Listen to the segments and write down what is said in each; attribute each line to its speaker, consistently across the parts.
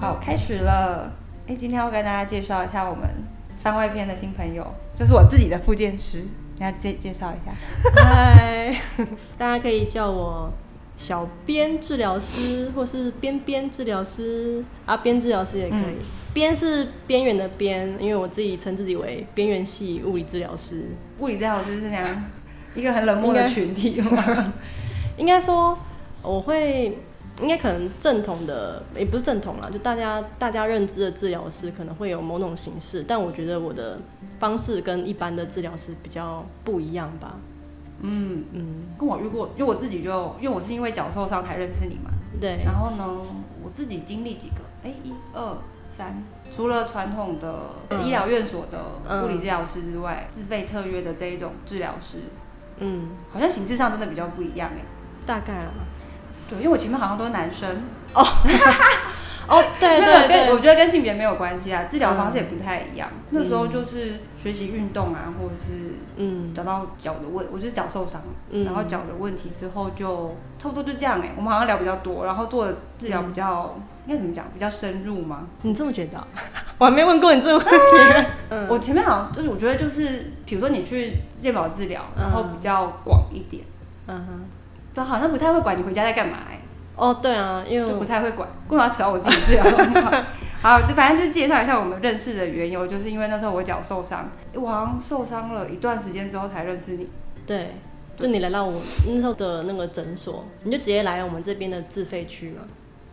Speaker 1: 好，开始了。哎，今天要跟大家介绍一下我们番外篇的新朋友，就是我自己的复健师。你要介介绍一下？
Speaker 2: 嗨，大家可以叫我小编治疗师，或是边边治疗师啊，边治疗师也可以。边、是边缘的边，因为我自己称自己为边缘系物理治疗师。
Speaker 1: 物理治疗师是怎样一个很冷漠
Speaker 2: 应
Speaker 1: 的
Speaker 2: 该
Speaker 1: 群体 吗？
Speaker 2: 应该说，我会应该可能正统的，也不是正统啦，就大家大家认知的治疗师可能会有某种形式，但我觉得我的方式跟一般的治疗师比较不一样吧。
Speaker 1: 嗯，
Speaker 2: 嗯，
Speaker 1: 跟我遇过，因为我自己就因为我是因为脚受伤才认识你嘛。
Speaker 2: 对。
Speaker 1: 然后呢，我自己经历几个，哎，一二三，除了传统的
Speaker 2: 嗯
Speaker 1: 医疗院所
Speaker 2: 嗯
Speaker 1: 的物理治疗师之外，自费特约的这一种治疗师，
Speaker 2: 嗯，
Speaker 1: 好像形式上真的比较不一样哎。
Speaker 2: 大概啦。
Speaker 1: 对，因为我前面好像都是男生，
Speaker 2: 哦，对
Speaker 1: 那个跟
Speaker 2: 对对嗯
Speaker 1: 我，觉得跟性别没有关系啊，治疗方式也不太一样。那时候就是学习运动啊，或者是
Speaker 2: 嗯
Speaker 1: 找到脚的问，我就是脚受伤，
Speaker 2: 嗯，
Speaker 1: 然后脚的问题之后就差不多就这样哎、我们好像聊比较多，然后做的治疗
Speaker 2: 嗯
Speaker 1: 比较、应该怎么讲，比较深入吗？
Speaker 2: 你这么觉得啊、 我还没问过你这个问题。嗯，
Speaker 1: 我前面好像就是我觉得就是，比如说你去健保治疗，
Speaker 2: 嗯
Speaker 1: 然后比较广一点，
Speaker 2: 嗯哼，
Speaker 1: 但好像不太会管你回家在干嘛哎、
Speaker 2: 哦，对啊，因为
Speaker 1: 就不
Speaker 2: 我
Speaker 1: 太会管，干嘛扯到我自己治疗？ 好，就反正就介绍一下我们认识的缘由，就是因为那时候我脚受伤，我好像受伤了一段时间之后才认识你。
Speaker 2: 对，就你来到我那时候的那个诊所，你就直接来我们这边的自费区嘛。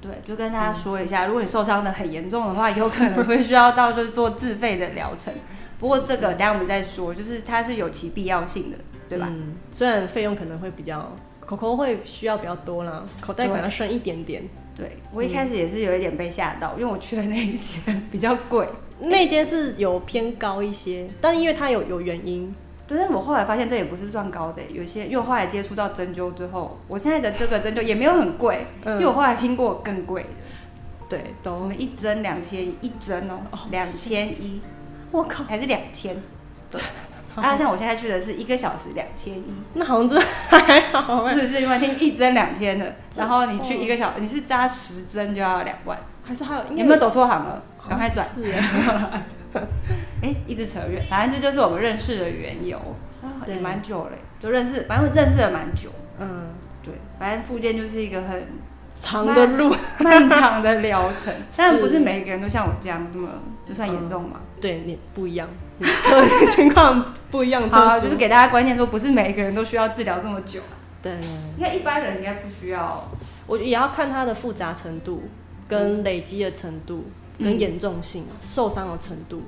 Speaker 1: 对，就跟大家说一下，如果你受伤的很严重的话，有可能会需要到就是做自费的疗程。不过这个等一下我们再说，就是它是有其必要性的，对吧？
Speaker 2: 嗯，虽然费用可能会比较，口口会需要比较多啦，口袋可能要深一点点。
Speaker 1: 对我一开始也是有一点被吓到，因为我去的那一间 比较贵。
Speaker 2: 那间是有偏高一些，但因为它有有原因，
Speaker 1: 对，但是我后来发现这也不是算高的，欸有些因为我后来接触到针灸之后，我现在的这个针灸也没有很贵，因为我
Speaker 2: 嗯，
Speaker 1: 后来听过更贵的，
Speaker 2: 对，
Speaker 1: 什
Speaker 2: 都
Speaker 1: 么，一针两千一，一针哦，两千一
Speaker 2: 我靠，
Speaker 1: 还是两千。 对，啊，像我现在去的是一个小时两千一，
Speaker 2: 那好像真的还好哦哎、
Speaker 1: 是不是？因为听一针两千的，
Speaker 2: 这
Speaker 1: 然后你去一个小时，你是扎十针就要两万，
Speaker 2: 还是还有，应
Speaker 1: 你
Speaker 2: 该
Speaker 1: 有没有走错行了？赶快转。
Speaker 2: 是哎
Speaker 1: 哎、一直扯远，反正这就是我们认识的缘由，啊也
Speaker 2: 哦对
Speaker 1: 蛮久嘞，就认识，反正认识了蛮久。
Speaker 2: 嗯，
Speaker 1: 对，反正复健就是一个很
Speaker 2: 长的路，
Speaker 1: 漫长的疗程，但
Speaker 2: 是嗯
Speaker 1: 不是每一个人都像我这样这么就算严重嘛。
Speaker 2: 对你不一样，你个 情况不一样，
Speaker 1: 好啊，
Speaker 2: 特殊
Speaker 1: 就是给大家观念说，不是每一个人都需要治疗这么久，
Speaker 2: 对，对对
Speaker 1: 应该一般人应该不需要。
Speaker 2: 我也要看它的复杂程度、跟累积的程度、
Speaker 1: 嗯
Speaker 2: 跟严重性、受伤的程度。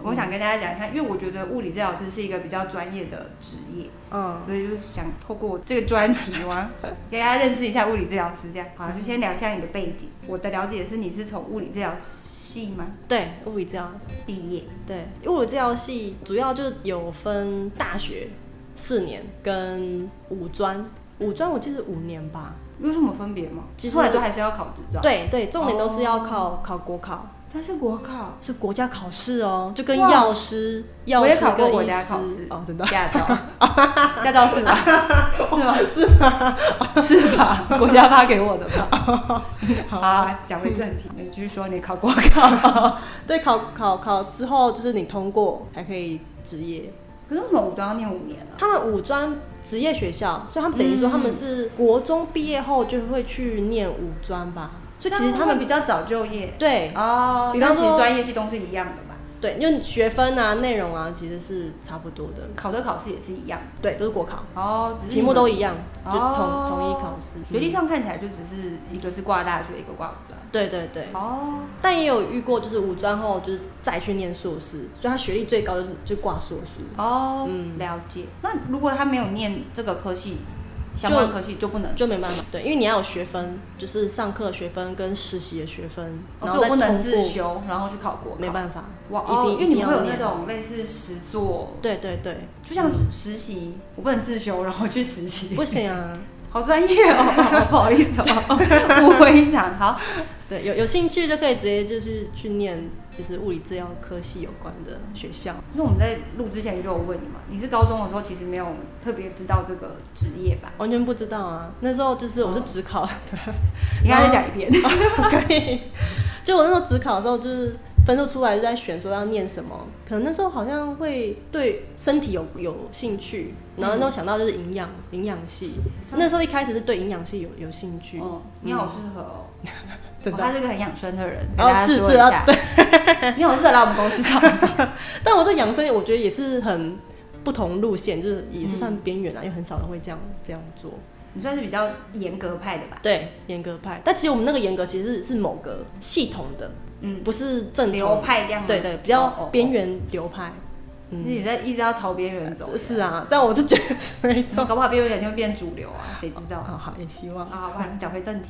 Speaker 1: 我想跟大家讲一下，因为我觉得物理治疗师是一个比较专业的职业，
Speaker 2: 嗯，
Speaker 1: 所以就是想透过这个专题 哇，给大家认识一下物理治疗师。这样，好，就先聊一下你的背景。我的了解是你是从物理治疗系吗
Speaker 2: 对，物理治疗，
Speaker 1: 毕业？
Speaker 2: 对，物理治疗系主要就是有分大学四年跟五专，五专我记得是五年吧。
Speaker 1: 有什么分别吗？
Speaker 2: 其实
Speaker 1: 后来都还是要考执照，，
Speaker 2: 对啊哦对，重点都是要靠、考国考，
Speaker 1: 但是国考。
Speaker 2: 是国家考试哦，就跟
Speaker 1: 哇
Speaker 2: 药师、药
Speaker 1: 我也
Speaker 2: 师
Speaker 1: 考过
Speaker 2: 跟
Speaker 1: 国
Speaker 2: 医
Speaker 1: 家
Speaker 2: 师
Speaker 1: 考试
Speaker 2: 哦，真的
Speaker 1: 驾照，驾照是吧？是吗？是吗？是吧？国家发给我的吧？好啊，讲回正题，你继续说你考国考，
Speaker 2: 对，考考考之后就是你通过还可以职业。
Speaker 1: 可是我们五专要念五年啊。
Speaker 2: 他们五专职业学校，所以他们等于说
Speaker 1: 嗯
Speaker 2: 他们是国中毕业后就会去念五专吧。所以其实他们
Speaker 1: 比较早就业
Speaker 2: 对
Speaker 1: 哦，
Speaker 2: 比
Speaker 1: 但
Speaker 2: 方
Speaker 1: 其实
Speaker 2: 说
Speaker 1: 专业系都是一样的吧？
Speaker 2: 对，因为学分啊、内容啊其实是差不多的，
Speaker 1: 考的考试也是一样
Speaker 2: 对，都是国考，
Speaker 1: 哦，只是
Speaker 2: 题目都一样，就同、
Speaker 1: 哦
Speaker 2: 同一考试。
Speaker 1: 学历
Speaker 2: 嗯
Speaker 1: 上看起来就只是一个是挂大学，一个挂五专
Speaker 2: 对对对，
Speaker 1: 哦，
Speaker 2: 但也有遇过就是五专后就是再去念硕士，所以他学历最高的就挂硕士。
Speaker 1: 哦，
Speaker 2: 嗯
Speaker 1: 了解。那如果他没有念这个科系，相
Speaker 2: 就
Speaker 1: 关科系就不能，
Speaker 2: 就没办法，对，因为你要有学分，就是上课的学分跟实习的学分，
Speaker 1: 哦
Speaker 2: 然
Speaker 1: 所
Speaker 2: 后
Speaker 1: 以我不
Speaker 2: 再
Speaker 1: 能
Speaker 2: 通
Speaker 1: 自
Speaker 2: 过，
Speaker 1: 修，然后去考国考。
Speaker 2: 没办法，
Speaker 1: 哇
Speaker 2: 一
Speaker 1: 哦，因
Speaker 2: 定
Speaker 1: 为
Speaker 2: 一
Speaker 1: 你
Speaker 2: 定
Speaker 1: 会
Speaker 2: 要
Speaker 1: 有那
Speaker 2: 念
Speaker 1: 种类似实作，
Speaker 2: 对对对，
Speaker 1: 就像实实习，我不能自修然后去实习，
Speaker 2: 嗯不行啊，
Speaker 1: 好专业哦，哦 不好意思哦，误会一场。好，
Speaker 2: 对，有有兴趣就可以直接就是去念就是物理治疗科系有关的学校。
Speaker 1: 因为我们在录之前就有问你嘛，你是高中的时候其实没有特别知道这个职业吧？
Speaker 2: 完全不知道啊，那时候就是我是只考，
Speaker 1: 你还要再讲一 遍。
Speaker 2: 可以。就我那时候只考的时候，就是分数出来就在选说要念什么，可能那时候好像会对身体有有兴趣，然后那时候想到就是营养营养系，那时候一开始是对营养系有有兴趣，
Speaker 1: 哦，你好适合哦，
Speaker 2: 真
Speaker 1: 哦
Speaker 2: 的。
Speaker 1: 他是个很养生的人，
Speaker 2: 哦
Speaker 1: 跟大家
Speaker 2: 是
Speaker 1: 说
Speaker 2: 是
Speaker 1: 一
Speaker 2: 啊
Speaker 1: 下。你好适合来我们公司上班。
Speaker 2: 但我这养生，我觉得也是很不同路线，就是也是算边缘啊，因为很少人会这样这样做。
Speaker 1: 你算是比较严格派的吧？
Speaker 2: 对，严格派。但其实我们那个严格其实是是某个系统的，
Speaker 1: 嗯，
Speaker 2: 不是正
Speaker 1: 流
Speaker 2: 统。
Speaker 1: 派这样吗？
Speaker 2: 对对，比
Speaker 1: 哦哦
Speaker 2: 较
Speaker 1: 哦
Speaker 2: 边缘流派。嗯
Speaker 1: 那你在一直要朝边缘走，
Speaker 2: 是啊，但我是觉得是一种。
Speaker 1: 搞不好边缘人就会变主流啊，谁知道啊？
Speaker 2: 好好，也希望。
Speaker 1: 啊，不然你讲回正题。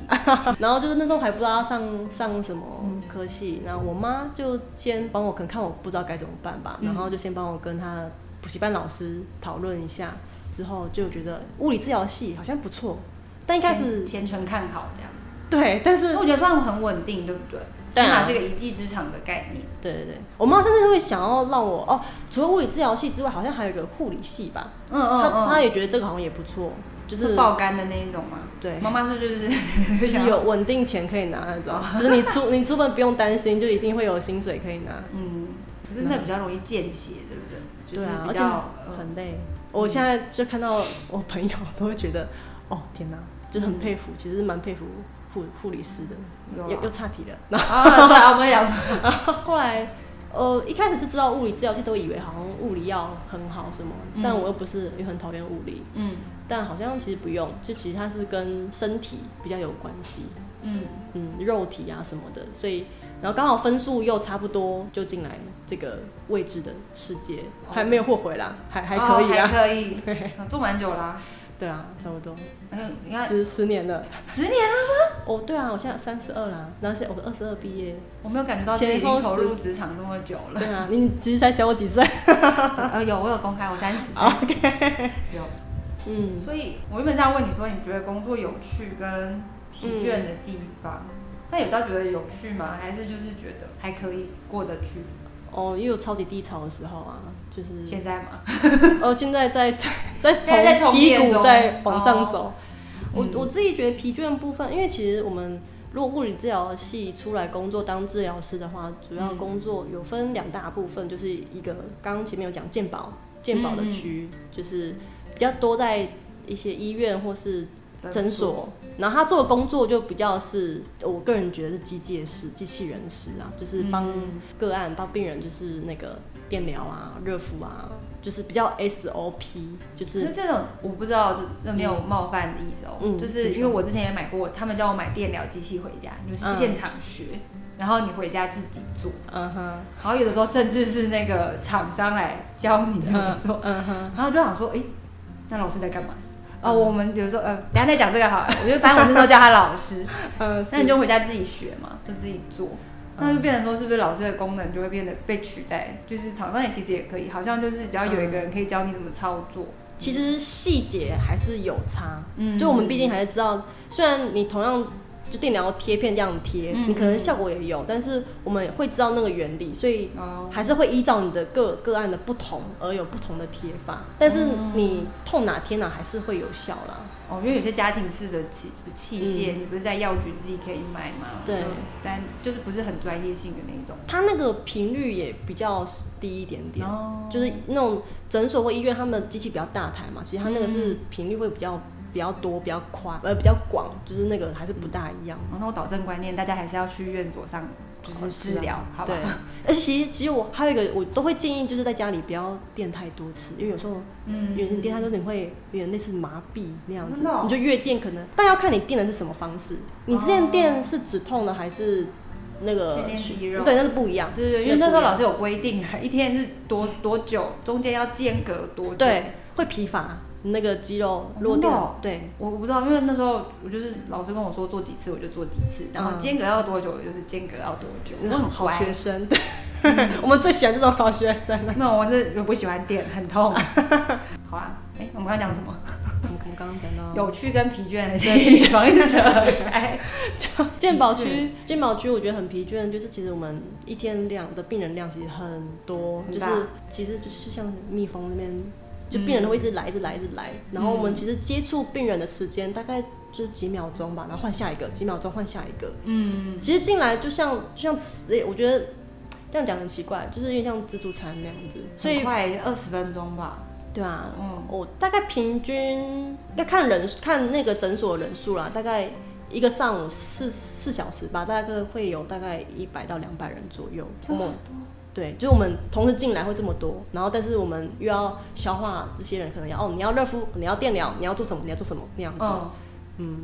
Speaker 2: 然后就是那时候还不知道要上上什么
Speaker 1: 嗯
Speaker 2: 科系，然后我妈就先帮我，可能看我不知道该怎么办吧，
Speaker 1: 嗯
Speaker 2: 然后就先帮我跟她的补习班老师讨论一下，之后就觉得物理治疗系好像不错，但一开始
Speaker 1: 前程看好这样，
Speaker 2: 对，但是
Speaker 1: 所以我觉得算很稳定，对不对？起
Speaker 2: 对啊
Speaker 1: 码是个一技之长的概念。
Speaker 2: 对对对，我妈甚至会想要让我哦，除了物理治疗系之外，好像还有一个护理系吧，
Speaker 1: 嗯
Speaker 2: 她她
Speaker 1: 也
Speaker 2: 也觉得这个好像也不错，就是
Speaker 1: 是爆肝的那一种嘛。
Speaker 2: 对。
Speaker 1: 妈妈是哦就是
Speaker 2: 就是有稳定钱可以拿那种，就是你出你出门不用担心，就一定会有薪水可以拿。
Speaker 1: 嗯，可是那比较容易见血，对不对？就
Speaker 2: 对
Speaker 1: 是
Speaker 2: 啊，
Speaker 1: 比
Speaker 2: 而且
Speaker 1: 较呃
Speaker 2: 很累。我现在就看到我朋友都会觉得，哦天哪，就是很佩服，其实蛮佩服护护理师的，
Speaker 1: 嗯有啊
Speaker 2: 又又差题了。然
Speaker 1: 呃啊，对啊，我们也讲说，
Speaker 2: 后后来，呃，一开始是知道物理治疗系，都以为好像物理要很好什么，
Speaker 1: 嗯
Speaker 2: 但我又不是又很讨厌物理，
Speaker 1: 嗯
Speaker 2: 但好像其实不用，就其实它是跟身体比较有关系，
Speaker 1: 嗯，
Speaker 2: 嗯，肉体啊什么的，所以。然后刚好分数又差不多，就进来这个未知的世界，
Speaker 1: 哦
Speaker 2: 还没有后悔啦，还还
Speaker 1: 哦
Speaker 2: 可以
Speaker 1: 还
Speaker 2: 啦，
Speaker 1: 可以，
Speaker 2: 对。
Speaker 1: 啊做蛮久啦，
Speaker 2: 对啊，差不多
Speaker 1: 嗯，你看
Speaker 2: 十十年了。
Speaker 1: 十年了，
Speaker 2: 哦，对啊，我现在三十二啦，然后现在我二十二毕业。
Speaker 1: 我没有感觉到自己已
Speaker 2: 前后
Speaker 1: 经
Speaker 2: 十
Speaker 1: 投入职场那么久 了
Speaker 2: 对。啊，你你其实才小我几岁。
Speaker 1: 呃，有我有公开，我三十。OK。有。
Speaker 2: 嗯，
Speaker 1: 所以我原本是要问你说，你觉得工作有趣跟疲倦的地方，
Speaker 2: 嗯
Speaker 1: 但有到觉得有趣吗？还是就是觉得还可以过得去？
Speaker 2: 哦，也有超级低潮的时候啊，就是
Speaker 1: 现在吗？
Speaker 2: 哦，现在在 在
Speaker 1: 在在
Speaker 2: 从
Speaker 1: 重
Speaker 2: 低
Speaker 1: 建
Speaker 2: 谷
Speaker 1: 中
Speaker 2: 再往上走。哦我
Speaker 1: 嗯
Speaker 2: 我自己觉得疲倦部分，因为其实我们如果物理治疗系出来工作当治疗师的话，主要
Speaker 1: 嗯
Speaker 2: 工作有分两大部分，就是一个刚刚前面有讲健保健保的
Speaker 1: 嗯嗯
Speaker 2: 区，就是比较多在一些医院或是诊所，然后他做的工作就比较是，我个人觉得是机械师、机器人师啊，就是帮
Speaker 1: 嗯
Speaker 2: 个案、帮病人，就是那个电疗啊、热敷啊，就是比较 SOP，
Speaker 1: 可
Speaker 2: 就
Speaker 1: 是
Speaker 2: 是
Speaker 1: 这种我不知道，这这没有冒犯的意思哦、
Speaker 2: 嗯
Speaker 1: 就是
Speaker 2: 你说
Speaker 1: 因为我之前也买过，他们叫我买电疗机器回家，就是
Speaker 2: 嗯
Speaker 1: 现场学，然后你回家自己做，
Speaker 2: 嗯哼，
Speaker 1: 然后有的时候甚至是那个厂商来教你怎么做，
Speaker 2: 嗯 哼，
Speaker 1: 然后就想说，诶，那老师在干嘛？哦，我们有时候呃，等一下再讲这个 好了。我就反正我那时候叫他老师，嗯
Speaker 2: 嗯，
Speaker 1: 那你就回家自己学嘛，就自己做，那就变成说是不是老师的功能就会变得被取代？就是厂商也其实也可以，好像就是只要有一个人可以教你怎么操作，
Speaker 2: 其实细节还是有差，
Speaker 1: 嗯
Speaker 2: 就我们毕竟还是知道，虽然你同样就电疗贴片这样贴，
Speaker 1: 嗯
Speaker 2: 你可能效果也有，但是我们会知道那个原理，所以
Speaker 1: 哦，
Speaker 2: 还是会依照你的个个案的不同而有不同的贴法，但是
Speaker 1: 嗯
Speaker 2: 你痛哪贴哪还是会有效啦。
Speaker 1: 哦，因为有些家庭式的器器械，你不是在药局自己可以买吗？
Speaker 2: 对
Speaker 1: 就，但就是不是很专业性的那一种。
Speaker 2: 它那个频率也比较低一点点，
Speaker 1: 哦，
Speaker 2: 就是那种诊所或医院他们的机器比较大台嘛，其实它
Speaker 1: 嗯
Speaker 2: 那个是频率会比较比较多、比较宽，呃，比较广，就是那个还是不大一样。
Speaker 1: 哦，那我导正观念，大家还是要去院所上就是
Speaker 2: 哦是啊
Speaker 1: 治疗，好不
Speaker 2: 对
Speaker 1: 好？，
Speaker 2: 而且其实其实我还有一个，我都会建议就是在家里不要垫太多次，因为有时候
Speaker 1: 嗯
Speaker 2: 有些人电它就你会有点类似麻痹那样子
Speaker 1: 真的哦，
Speaker 2: 你就越电可能，但要看你电的是什么方式。你之前电是止痛的还是那
Speaker 1: 训
Speaker 2: 个
Speaker 1: 练肌肉
Speaker 2: 对，那是不一样。
Speaker 1: 对对，因为那时候老师有规定啊，一天是多多久，中间要间隔多久。，
Speaker 2: 对会疲乏，你那个肌肉落
Speaker 1: 真
Speaker 2: 掉。
Speaker 1: 的哦
Speaker 2: 对，
Speaker 1: 我我不知道，因为那时候我就是老师跟我说做几次我就做几次，然后
Speaker 2: 嗯
Speaker 1: 间隔要多久我就是间隔要多久，我很
Speaker 2: 好
Speaker 1: 乖。
Speaker 2: 学生，对， 我们最喜欢这种好学生了。
Speaker 1: 那我是我不喜欢电，很痛。好啦，哎、我们刚才讲什么？
Speaker 2: 我们刚我们刚刚讲到
Speaker 1: 有趣跟疲倦 的地方一直扯开。
Speaker 2: 健保区，健保区我觉得很疲倦，就是其实我们一天量的病人量其实很多，
Speaker 1: 很
Speaker 2: 就
Speaker 1: 大嗯
Speaker 2: 是其实就是像蜜蜂那边，就病人都会一直来，一直来，一直来。然后我们其实接触病人的时间大概就是几秒钟吧，然后换下一个，几秒钟换下一个。
Speaker 1: 嗯，
Speaker 2: 其实进来就像就像吃，我觉得这样讲很奇怪，就是有点像自助餐那样子。所
Speaker 1: 最
Speaker 2: 以
Speaker 1: 快二十分钟吧。
Speaker 2: 对啊，
Speaker 1: 嗯
Speaker 2: 我大概平均要看人看那个诊所人数啦，大概一个上午四四小时吧，大概会有大概一百到两百人左右。我
Speaker 1: 哦
Speaker 2: 们对，就是我们同时进来会这么多，然后但是我们又要消化这些人，可能要哦，你要热敷，你要电疗，你要做什么，你要做什么那样子。
Speaker 1: 嗯，
Speaker 2: 嗯，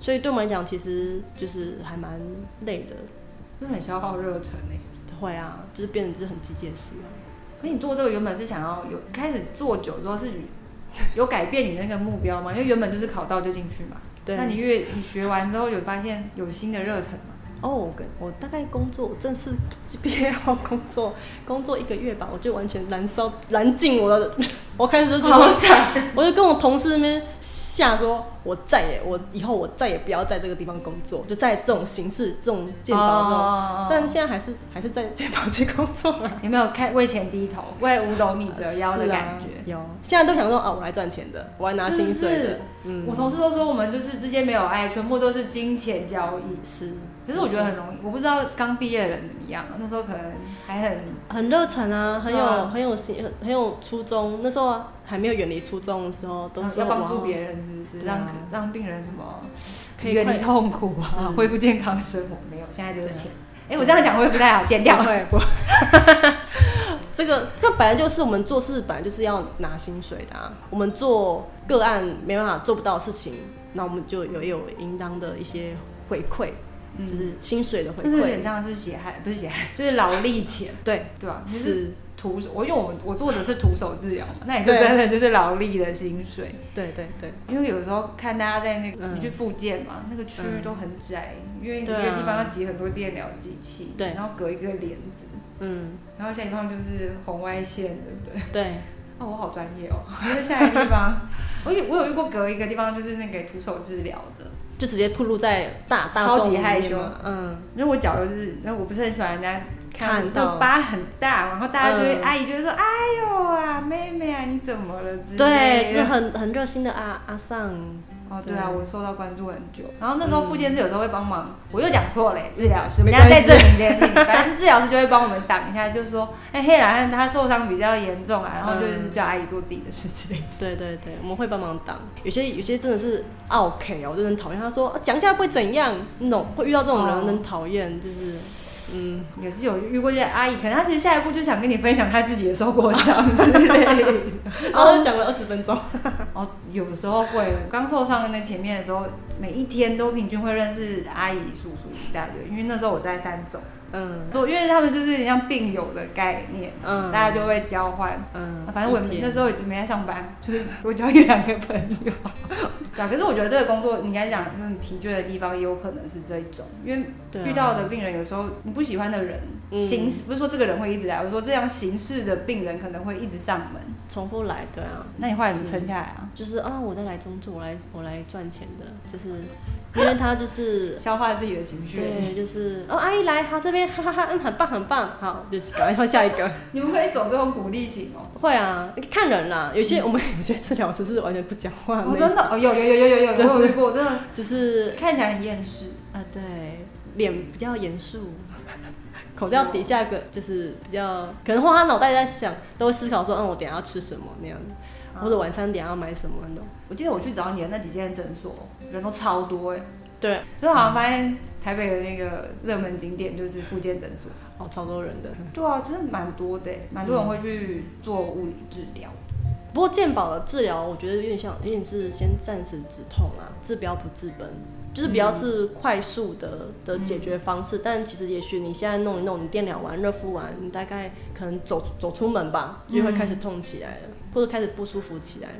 Speaker 2: 所以对我们来讲，其实就是还蛮累的。
Speaker 1: 就很消耗热忱欸诶、
Speaker 2: 会啊，就是变得就是很机械式啊。
Speaker 1: 可你做这个原本是想要有开始做久之后是有改变你那个目标吗？因为原本就是考到就进去嘛。
Speaker 2: 对，
Speaker 1: 那你越你学完之后有发现有新的热忱 吗？
Speaker 2: 哦，我跟我大概工作，我正式毕业后工作，工作一个月吧，我就完全燃烧燃尽我的，我开始就觉得，
Speaker 1: 惨！
Speaker 2: 我就跟我同事那边下说，我再也我以后我再也不要在这个地方工作，就在这种形式、这种健保这种，
Speaker 1: 哦
Speaker 2: 但现在还是还是在健保去工作了。
Speaker 1: 有没有看为钱低头，为五斗米折腰的感
Speaker 2: 是啊
Speaker 1: 觉？
Speaker 2: 有，现在都想说啊，我来赚钱的，我来拿
Speaker 1: 是
Speaker 2: 薪
Speaker 1: 不
Speaker 2: 水的
Speaker 1: 是，
Speaker 2: 嗯，
Speaker 1: 我同事都说我们就是之间没有爱，全部都是金钱交易。
Speaker 2: 是，
Speaker 1: 可是我觉得很容易，我不知道刚毕业的人怎么样，啊那时候可能还很
Speaker 2: 很热忱啊，很有、
Speaker 1: 嗯
Speaker 2: 很有心，很很有初衷。那时候还没有远离初衷的时候，都说
Speaker 1: 嗯要帮助
Speaker 2: 哇
Speaker 1: 别人，是不是？
Speaker 2: 对啊
Speaker 1: 哦让让病人什么
Speaker 2: 可以
Speaker 1: 远离
Speaker 2: 快
Speaker 1: 痛苦
Speaker 2: 是
Speaker 1: 啊，恢复健康生活没有？现在就是
Speaker 2: 对啊嗯
Speaker 1: 钱。哎，我这样讲会不会不太好，剪掉
Speaker 2: 不。会不会。 这个这本来就是我们做事，本来就是要拿薪水的、啊。我们做个案没办法做不到的事情，那我们就有也有应当的一些回馈，
Speaker 1: 嗯
Speaker 2: 就是薪水的回
Speaker 1: 就是有点
Speaker 2: 馈。
Speaker 1: 像是血汗，不是血汗， 就是劳力钱，
Speaker 2: 对，
Speaker 1: 对吧？就是
Speaker 2: 是，
Speaker 1: 徒手，我因为我我做的是徒手治疗嘛，那你就
Speaker 2: 对
Speaker 1: 真的就是劳力的薪水。
Speaker 2: 对对对，
Speaker 1: 因为有时候看大家在那个、
Speaker 2: 嗯
Speaker 1: 你去复健嘛，那个区域
Speaker 2: 嗯
Speaker 1: 都很窄，因为一个
Speaker 2: 对啊
Speaker 1: 地方要挤很多电疗机器，
Speaker 2: 对
Speaker 1: 然后隔一个帘子，
Speaker 2: 嗯，
Speaker 1: 然后下一个地方就是红外线，对不对？
Speaker 2: 对，
Speaker 1: 啊，我好专业哦！就是下一个地方， 我有我有遇过隔一个地方就是那个徒手治疗的，
Speaker 2: 就直接铺路在大大
Speaker 1: 超
Speaker 2: 众
Speaker 1: 级
Speaker 2: 里
Speaker 1: 害
Speaker 2: 面
Speaker 1: 羞
Speaker 2: 嘛嗯，
Speaker 1: 因为我脚就是，然后我不是很喜欢人家看
Speaker 2: 看到
Speaker 1: 那疤很大，然后大家就会、
Speaker 2: 嗯
Speaker 1: 阿姨就会说：“哎呦啊，妹妹啊，你怎么了？”之类的
Speaker 2: 对，就是很很热心的阿阿尚。
Speaker 1: 哦，对啊，
Speaker 2: 对
Speaker 1: 我受到关注很久。然后那时候复健师有时候会帮忙，我又讲错嘞，
Speaker 2: 嗯
Speaker 1: 治疗师，
Speaker 2: 没
Speaker 1: 人 家在
Speaker 2: 关系
Speaker 1: 这里在这里，反正治疗师就会帮我们挡一下，就是说，哎、黑老汉他受伤比较严重啊，然后就是
Speaker 2: 嗯
Speaker 1: 叫阿姨做自己的事情。
Speaker 2: 对对对，我们会帮忙挡。有些有些真的是 OK 哦，我真的很讨厌。他说啊讲一下会怎样，那种会遇到这
Speaker 1: 哦
Speaker 2: 种人很讨厌，就是嗯，
Speaker 1: 也是有遇过一些阿姨，可能她其实下一步就想跟你分享她自己也受过伤 之类的。
Speaker 2: 然后讲了二十分钟。
Speaker 1: 哦，有时候会，我刚受伤的那前面的时候，每一天都平均会认识阿姨、叔叔一大堆，因为那时候我在三总，
Speaker 2: 嗯
Speaker 1: 因为他们就是有点像病友的概念，
Speaker 2: 嗯，
Speaker 1: 大家就会交换。
Speaker 2: 嗯，
Speaker 1: 反正我也
Speaker 2: 理
Speaker 1: 没
Speaker 2: 解
Speaker 1: 那时候也没在上班，就是我交一两个朋 友。对啊，可是我觉得这个工作，你刚才讲那种疲倦的地方，也有可能是这一种，因为
Speaker 2: 对啊
Speaker 1: 遇到的病人有时候你不喜欢的人，
Speaker 2: 嗯
Speaker 1: 形式不是说这个人会一直来，我说这样形式的病人可能会一直上门，
Speaker 2: 重复来，对啊，
Speaker 1: 那你后来怎么撑下来啊？
Speaker 2: 就是啊，我在来中做，我来我来赚钱的，就是因为他就是。
Speaker 1: 嗯消化自己的情绪。
Speaker 2: 对，就是哦，阿姨来，好这边，哈哈哈，嗯，很棒，很棒，好，就是赶快换下一个。
Speaker 1: 你们会走这种鼓励型哦？
Speaker 2: 会啊，看人啦，有些我们有些治疗师是完全不讲话，
Speaker 1: 我
Speaker 2: 没
Speaker 1: 真的，哦，有有有有有有，
Speaker 2: 就是
Speaker 1: 我有遇过，我真的
Speaker 2: 就是
Speaker 1: 看起来很厌世。
Speaker 2: 啊，对，脸比较严肃，口罩底下个就是比较，可能花他脑袋在想，都会思考说，嗯，我等一下要吃什么那样，或者晚餐等一下要买什么那种。
Speaker 1: 嗯我记得我去找你的那几间诊所，人都超多哎，
Speaker 2: 对，
Speaker 1: 就是好像发现台北的那个热门景点就是复健诊所。
Speaker 2: 哦，超多人的。
Speaker 1: 对啊，真的蛮多的耶，欸蛮多人会去做物理治疗。
Speaker 2: 不过健保的治疗，我觉得有点像，有点是先暂时止痛啊，治标不治本，就是比较是快速的的解决方式。但其实也许你现在弄一弄，你电疗完、热敷完，你大概可能走走出门吧，就会开始痛起来了，或者开始不舒服起来。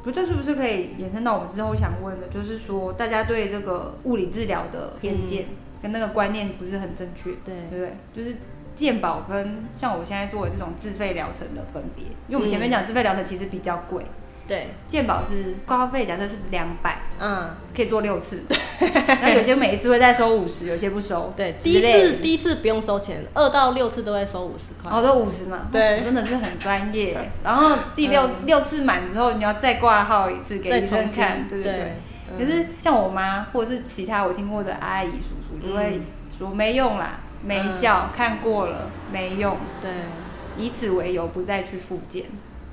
Speaker 1: 不，这是不是可以延伸到我们之后想问的，就是说大家对这个物理治疗的偏见跟那个观念不是很正确，
Speaker 2: 嗯对
Speaker 1: 对不对？就是健保
Speaker 2: 嗯
Speaker 1: 跟像我现在做的这种自费疗程的分别，因为我们前面讲自费疗程其实比较贵，
Speaker 2: 对，
Speaker 1: 健保是挂号费，假设是两百，
Speaker 2: 嗯，
Speaker 1: 可以做六次， 那有些每一次会再收五十，有些不收，
Speaker 2: 对，
Speaker 1: 之
Speaker 2: 第一
Speaker 1: 类的
Speaker 2: 次第一次不用收钱，二到六次都会收五十块。
Speaker 1: 哦，都五十嘛，
Speaker 2: 对嗯
Speaker 1: 哦真的是很专业。然后第六、六次满之后，你要再挂号一次给
Speaker 2: 再
Speaker 1: 医
Speaker 2: 重
Speaker 1: 生
Speaker 2: 新
Speaker 1: 看，对对对。
Speaker 2: 嗯
Speaker 1: 可是像我妈或者是其他我听过的阿姨叔叔就会
Speaker 2: 嗯
Speaker 1: 说没用啦，没
Speaker 2: 嗯
Speaker 1: 效，看过了没用，
Speaker 2: 对
Speaker 1: 以此为由不再去复健，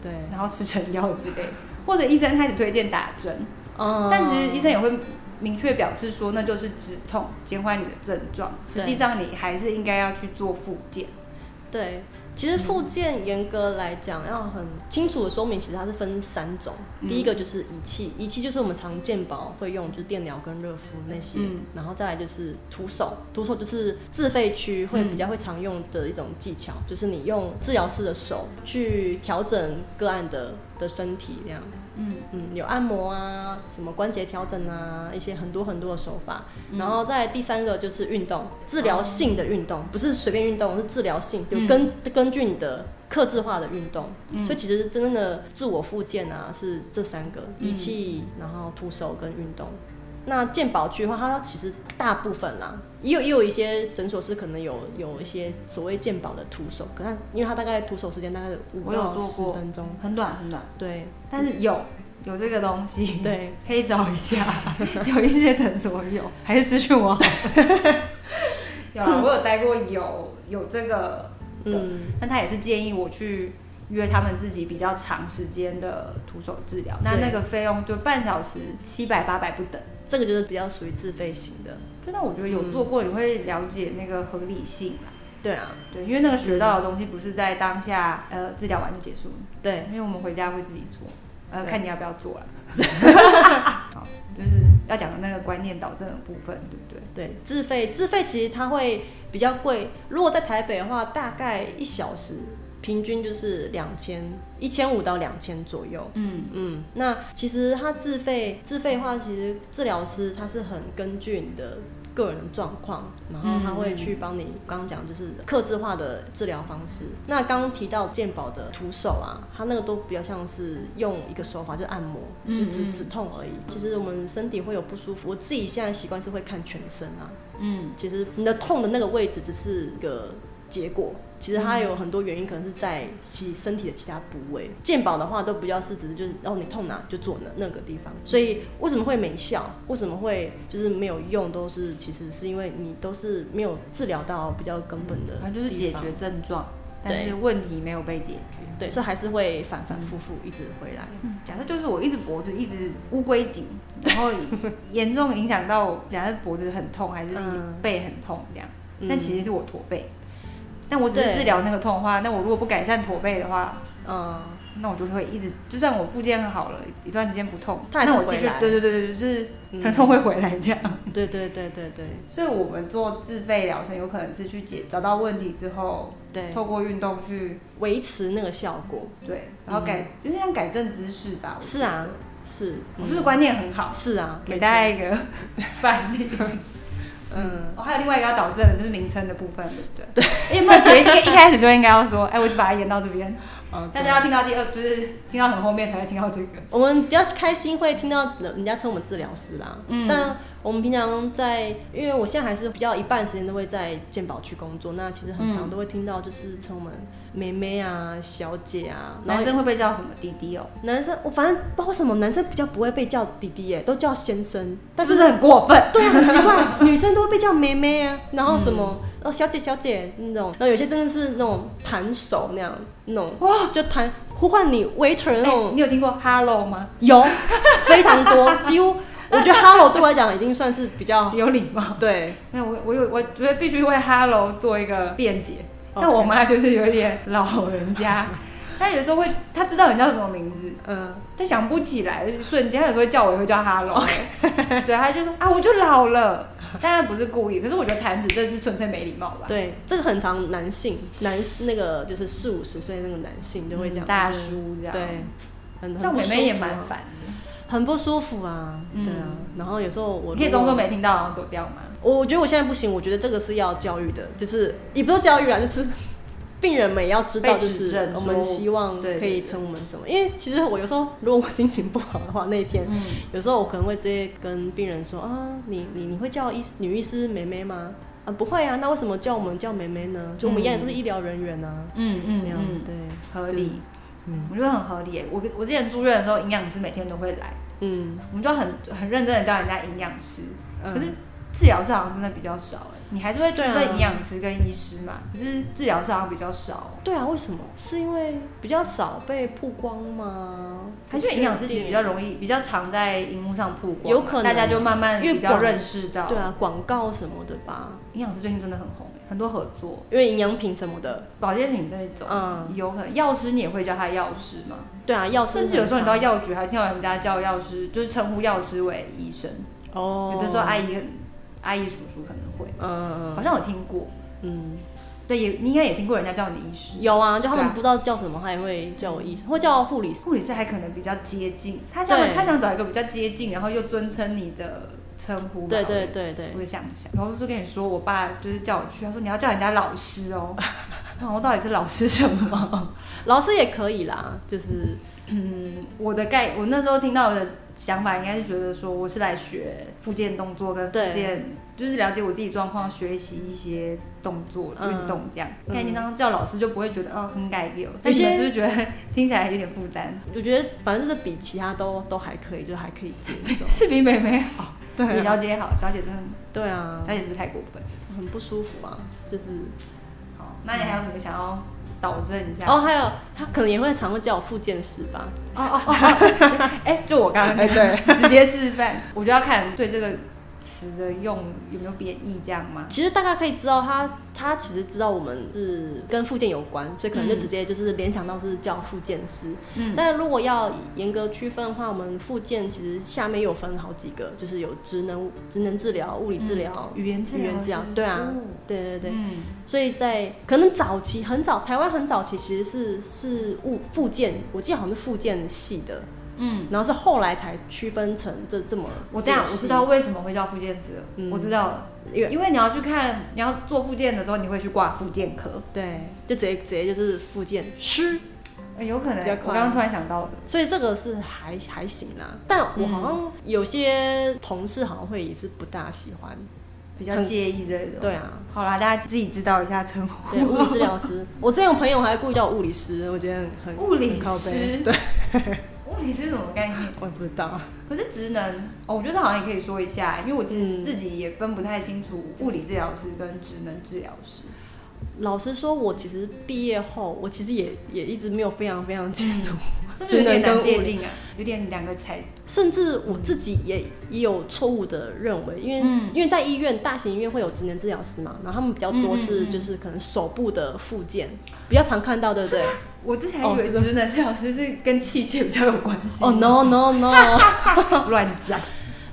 Speaker 2: 对，
Speaker 1: 然后吃成药之类，或者医生开始推荐打针，
Speaker 2: 嗯
Speaker 1: 但其实医生也会明确表示说那就是止痛，减缓你的症状，实际
Speaker 2: 对
Speaker 1: 上你还是应该要去做复健。
Speaker 2: 对，其实复健严格来讲要很清楚的说明，其实它是分三种。
Speaker 1: 嗯
Speaker 2: 第一个就是仪器，仪器就是我们常健保会用，就是电疗跟热敷那些。
Speaker 1: 嗯
Speaker 2: 然后再来就是徒手，徒手就是自费区会
Speaker 1: 嗯
Speaker 2: 比较会常用的一种技巧，就是你用治疗师的手去调整个案的的身体这样。
Speaker 1: 嗯
Speaker 2: 嗯，有按摩啊，什么关节调整啊，一些很多很多的手法。
Speaker 1: 嗯
Speaker 2: 然后再第三个就是运动，治疗性的运动，
Speaker 1: 哦
Speaker 2: 不是随便运动，是治疗性，
Speaker 1: 嗯
Speaker 2: 有根、根据你的克制化的运动。所以其实真正的自我复健啊，是这三个
Speaker 1: 嗯
Speaker 2: 仪器，然后徒手跟运动。那健保区的话，它其实大部分啦，也有也有一些诊所是可能有有一些所谓健保的徒手，可它因为它大概徒手时间大概五
Speaker 1: 我有
Speaker 2: 到
Speaker 1: 做
Speaker 2: 十
Speaker 1: 过
Speaker 2: 分钟，
Speaker 1: 很短很短。
Speaker 2: 对
Speaker 1: 但是有有这个东西，，
Speaker 2: 对，
Speaker 1: 可以找一下， 有一些诊所有，还是私讯我好了。有啦，我有待过有有这个的，
Speaker 2: 嗯。
Speaker 1: 但他也是建议我去约他们自己比较长时间的徒手治疗，那
Speaker 2: 对
Speaker 1: 那个费用就半小时七百八百不等。
Speaker 2: 这个就是比较属于自费型的。
Speaker 1: 就但我觉得有做过，你会了解那个合理性啦。
Speaker 2: 对啊，
Speaker 1: 对，因为那个学到的东西不是在当下，呃，治疗完就结束了。
Speaker 2: 对，
Speaker 1: 因为我们回家会自己做，呃，
Speaker 2: 对
Speaker 1: 看你要不要做 了。好，就是要讲的那个观念导正的部分，对不对？
Speaker 2: 对，自费自费其实它会比较贵。如果在台北的话，大概一小时平均就是两千一千五到两千左右。
Speaker 1: 嗯
Speaker 2: 嗯，那其实它自费自费的话，其实治疗师他是很根据你的个人的状况，然后他会去帮你刚刚讲就是克制化的治疗方式。那刚刚提到健保的徒手啊，它那个都比较像是用一个手法，就是按摩，
Speaker 1: 嗯
Speaker 2: 就止
Speaker 1: 嗯
Speaker 2: 止痛而已。其实我们身体会有不舒服，我自己现在习惯是会看全身啊。
Speaker 1: 嗯
Speaker 2: 其实你的痛的那个位置只是一个结果，其实
Speaker 1: 嗯
Speaker 2: 它有很多原因，可能是在其身体的其他部位。健保的话都比较是只是就是，哦，你痛哪就做哪那个地方。所以为什么会没效？为什么会就是没有用？都是其实是因为你都是没有治疗到比较根本的地
Speaker 1: 反
Speaker 2: 方，
Speaker 1: 正啊就是解决症状，但
Speaker 2: 对
Speaker 1: 是问题没有被解决。
Speaker 2: 对，所以还是会反反复复一直回来。
Speaker 1: 嗯，假设就是我一直脖子一直乌龟颈，然 后严重影响到我，假设脖子很痛还是
Speaker 2: 嗯
Speaker 1: 背很痛这样，
Speaker 2: 嗯
Speaker 1: 但其实是我驼背。但我只是
Speaker 2: 对
Speaker 1: 治疗那个痛的话，那我如果不改善驼背的话，
Speaker 2: 嗯，
Speaker 1: 那我就会一直，就算我复健好了一段时间不痛，
Speaker 2: 它还是
Speaker 1: 那我
Speaker 2: 回
Speaker 1: 继续
Speaker 2: 来，
Speaker 1: 对对对对，对就是
Speaker 2: 嗯
Speaker 1: 疼痛会回来这样。
Speaker 2: 对对对对对
Speaker 1: 嗯所以我们做自费疗程，有可能是去解找到问题之后，
Speaker 2: 对，
Speaker 1: 透过运动去
Speaker 2: 维持那个效果
Speaker 1: 对，然后改，就是像改正姿势吧。我
Speaker 2: 是啊
Speaker 1: 觉得，
Speaker 2: 是，
Speaker 1: 我是不
Speaker 2: 嗯
Speaker 1: 是观念很好？
Speaker 2: 是啊，
Speaker 1: 给
Speaker 2: 没
Speaker 1: 大家
Speaker 2: 错
Speaker 1: 一个范例。
Speaker 2: 嗯。
Speaker 1: 哦，还有另外一个要导正的就是名称的部分，对不对？因为梦琪一开一开始就应该要说，哎，我只把它演到这边，
Speaker 2: 哦
Speaker 1: 大家要听到第二，就是听到很后面才会听到这个。
Speaker 2: 我们比较开心会听到人家称我们治疗师啦，
Speaker 1: 嗯
Speaker 2: 但我们平常在，因为我现在还是比较一半时间都会在健保区工作，那其实很常
Speaker 1: 嗯
Speaker 2: 都会听到就是称我们妹妹啊、小姐啊，
Speaker 1: 嗯男
Speaker 2: 然后
Speaker 1: 生会被叫什么弟弟哦？
Speaker 2: 男生，我反正不知道为什么男生比较不会被叫弟弟耶，都叫先生，但
Speaker 1: 是
Speaker 2: 是
Speaker 1: 不是很过分？
Speaker 2: 对啊，很奇怪，女生都会被叫妹妹啊，
Speaker 1: 嗯
Speaker 2: 然后什么、哦小姐小姐那种，然后有些真的是那种弹手那样那种，哇，就弹呼唤你 waiter 那种。
Speaker 1: 哎你有听过 “hello” 吗？
Speaker 2: 有非常多，几乎我觉得 Hello 对我来讲已经算是比较
Speaker 1: 有礼貌。
Speaker 2: 对
Speaker 1: 那我我有我觉得必须为 “hello” 做一个辩解。
Speaker 2: OK
Speaker 1: 但我妈就是有点老人 家，她有时候会，她知道你叫什么名字，
Speaker 2: 嗯
Speaker 1: 但想不起来，就是瞬间她有时候会叫我也会叫 “hello”，对，她就说啊我就老了，但她不是故意。可是我觉得弹指这是纯粹没礼貌吧？
Speaker 2: 对，这个很常男性男那个就是四五十岁那个男性就会这样、
Speaker 1: 嗯大叔这样，
Speaker 2: 对，很
Speaker 1: 叫
Speaker 2: 很不
Speaker 1: 妹
Speaker 2: 舒
Speaker 1: 妹也
Speaker 2: 服啊
Speaker 1: 蛮烦的。
Speaker 2: 很不舒服啊，对啊，然后有时候我
Speaker 1: 你可以
Speaker 2: 如
Speaker 1: 装
Speaker 2: 果
Speaker 1: 作没听到然后走掉吗？
Speaker 2: 我我觉得我现在不行，我觉得这个是要教育的，就是也不是教育啊，就是病人们也要知道，
Speaker 1: 被
Speaker 2: 就
Speaker 1: 指
Speaker 2: 是
Speaker 1: 正
Speaker 2: 我们
Speaker 1: 说
Speaker 2: 希望
Speaker 1: 对
Speaker 2: 可
Speaker 1: 对
Speaker 2: 以称我们什么。因为其实我有时候，如果我心情不好的话，那一天、
Speaker 1: 嗯
Speaker 2: 有时候我可能会直接跟病人说啊，你你你会叫医师女医师妹妹吗？啊，不会啊，那为什么叫我们叫妹妹呢？就我们一样都是医疗人员啊，
Speaker 1: 嗯嗯
Speaker 2: 那样
Speaker 1: 嗯，
Speaker 2: 对，
Speaker 1: 合
Speaker 2: 就是
Speaker 1: 理，
Speaker 2: 嗯
Speaker 1: 我觉得很合理耶。我我之前住院的时候，营养师每天都会来，
Speaker 2: 嗯，
Speaker 1: 我们就很很认真的叫人家营养师。
Speaker 2: 嗯
Speaker 1: 可是治疗师好像真的比较少哎，你还是会区
Speaker 2: 对啊
Speaker 1: 分营养师跟医师嘛，可是治疗师好像比较少。
Speaker 2: 对啊，为什么？是因为比较少被曝光吗？
Speaker 1: 还是因为营养师其实比较容易，比较常在荧幕上曝光，
Speaker 2: 有可能
Speaker 1: 大家就慢慢
Speaker 2: 越
Speaker 1: 比较
Speaker 2: 广
Speaker 1: 认识到。
Speaker 2: 对，啊，广告什么的吧，
Speaker 1: 营养师最近真的很红欸，很多合作，
Speaker 2: 因为营养品什么的，
Speaker 1: 保健品这一种，
Speaker 2: 嗯，
Speaker 1: 有可能药师你也会叫他药师嘛，
Speaker 2: 对啊，药师
Speaker 1: 甚至有时候你到
Speaker 2: 很
Speaker 1: 药局还听到人家叫药师，就是称呼药师为医生，
Speaker 2: 常哦，
Speaker 1: 有的时候阿姨很阿姨叔叔可能会，
Speaker 2: 嗯，
Speaker 1: 好
Speaker 2: 嗯
Speaker 1: 像有听过，
Speaker 2: 嗯
Speaker 1: 对，也你应该也听过人家叫你医师
Speaker 2: 嗯，。有啊，就他
Speaker 1: 对
Speaker 2: 们
Speaker 1: 啊
Speaker 2: 不知道叫什么，他也会叫我医生或叫我护理师。
Speaker 1: 护理师还可能比较接近，他想
Speaker 2: 对
Speaker 1: 他想找一个比较接近，然后又尊称你的称呼吧。
Speaker 2: 对对
Speaker 1: 我
Speaker 2: 对对
Speaker 1: 我也想一想，然后就跟你说，我爸就是叫我去，他说你要叫人家老师哦， 然后到底是老师什么？
Speaker 2: 老师也可以啦，就是
Speaker 1: 嗯，我的概，我那时候听到的想法应该是觉得说，我是来学复健动作跟
Speaker 2: 对
Speaker 1: 复健，就是了解我自己状况，学习一些动作、
Speaker 2: 嗯
Speaker 1: 运动这样。
Speaker 2: 嗯
Speaker 1: 概念当中叫老师就不会觉得哦很改流，但
Speaker 2: 有
Speaker 1: 你
Speaker 2: 些
Speaker 1: 们是不是觉得听起来有点负 担？。
Speaker 2: 我觉得反正就是比其他都都还可以，就还可以接受
Speaker 1: 是比美美好，比
Speaker 2: 啊
Speaker 1: 小姐好，小姐真的。
Speaker 2: 对啊
Speaker 1: 小，姐是不是太过分？
Speaker 2: 很不舒服啊，就是
Speaker 1: 好，那你还有什么想要导正一下？
Speaker 2: 哦，还有他可能也会常会叫我复健师吧，
Speaker 1: 哦哦哦哦！ 哎、就我刚刚那个、直接示范，我就要看对这个词的用有没有贬义，这样吗？
Speaker 2: 其实大概可以知道他，他其实知道我们是跟附件有关，所以可能就
Speaker 1: 嗯
Speaker 2: 直接就是联想到是叫附件师。
Speaker 1: 嗯，
Speaker 2: 但如果要严格区分的话，我们附件其实下面有分好几个，就是有职能职能治疗、物理治疗、
Speaker 1: 嗯语言治
Speaker 2: 语
Speaker 1: 疗
Speaker 2: 言
Speaker 1: 师，
Speaker 2: 治疗，对啊
Speaker 1: 哦，
Speaker 2: 对对对。
Speaker 1: 嗯
Speaker 2: 所以在可能早期很早，台湾很早期其实是是物附件，我记得好像是附件系的，
Speaker 1: 嗯，
Speaker 2: 然后是后来才区分成这这么
Speaker 1: 我这样我
Speaker 2: 个系
Speaker 1: 知道为什么会叫复健师了，
Speaker 2: 嗯
Speaker 1: 我知道了，
Speaker 2: 因为
Speaker 1: 因为你要去看，你要做复健的时候，你会去挂复健科，
Speaker 2: 对，就直接直接就是附件师。
Speaker 1: 哎有可能
Speaker 2: 比较
Speaker 1: 我
Speaker 2: 快
Speaker 1: 刚刚突然想到的，
Speaker 2: 所以这个是还还行啦，但我好像有些同事好像会也是不大喜欢。
Speaker 1: 比较
Speaker 2: 很
Speaker 1: 介意这种。
Speaker 2: 对啊，
Speaker 1: 好啦，大家自己知道一下称呼。
Speaker 2: 对物理治 疗师，我之前有朋友还故意叫我物理师，我觉得很
Speaker 1: 物理
Speaker 2: 很靠
Speaker 1: 师
Speaker 2: 背。对，
Speaker 1: 物理是什么概念？
Speaker 2: 我也不知道。
Speaker 1: 可是职能哦，我觉得这好像也可以说一下，因为我自
Speaker 2: 嗯
Speaker 1: 自己也分不太清楚物理治疗师跟职能治疗师。
Speaker 2: 老实说，我其实毕业后，我其实也也一直没有非常非常清楚，
Speaker 1: 真的有点
Speaker 2: 职能跟
Speaker 1: 难
Speaker 2: 物理
Speaker 1: 界定啊，有点两个才
Speaker 2: 甚至我自己也也有错误的认为，因为、
Speaker 1: 嗯
Speaker 2: 因为在医院大型医院会有职能治疗师嘛，然后他们比较多
Speaker 1: 嗯
Speaker 2: 是
Speaker 1: 嗯嗯
Speaker 2: 就是可能手部的附件比较常看到，对不对？
Speaker 1: 我之前
Speaker 2: 哦
Speaker 1: 以为
Speaker 2: 是的
Speaker 1: 职能治疗师是跟器械比较有关系。
Speaker 2: 哦、no no no。
Speaker 1: 乱讲。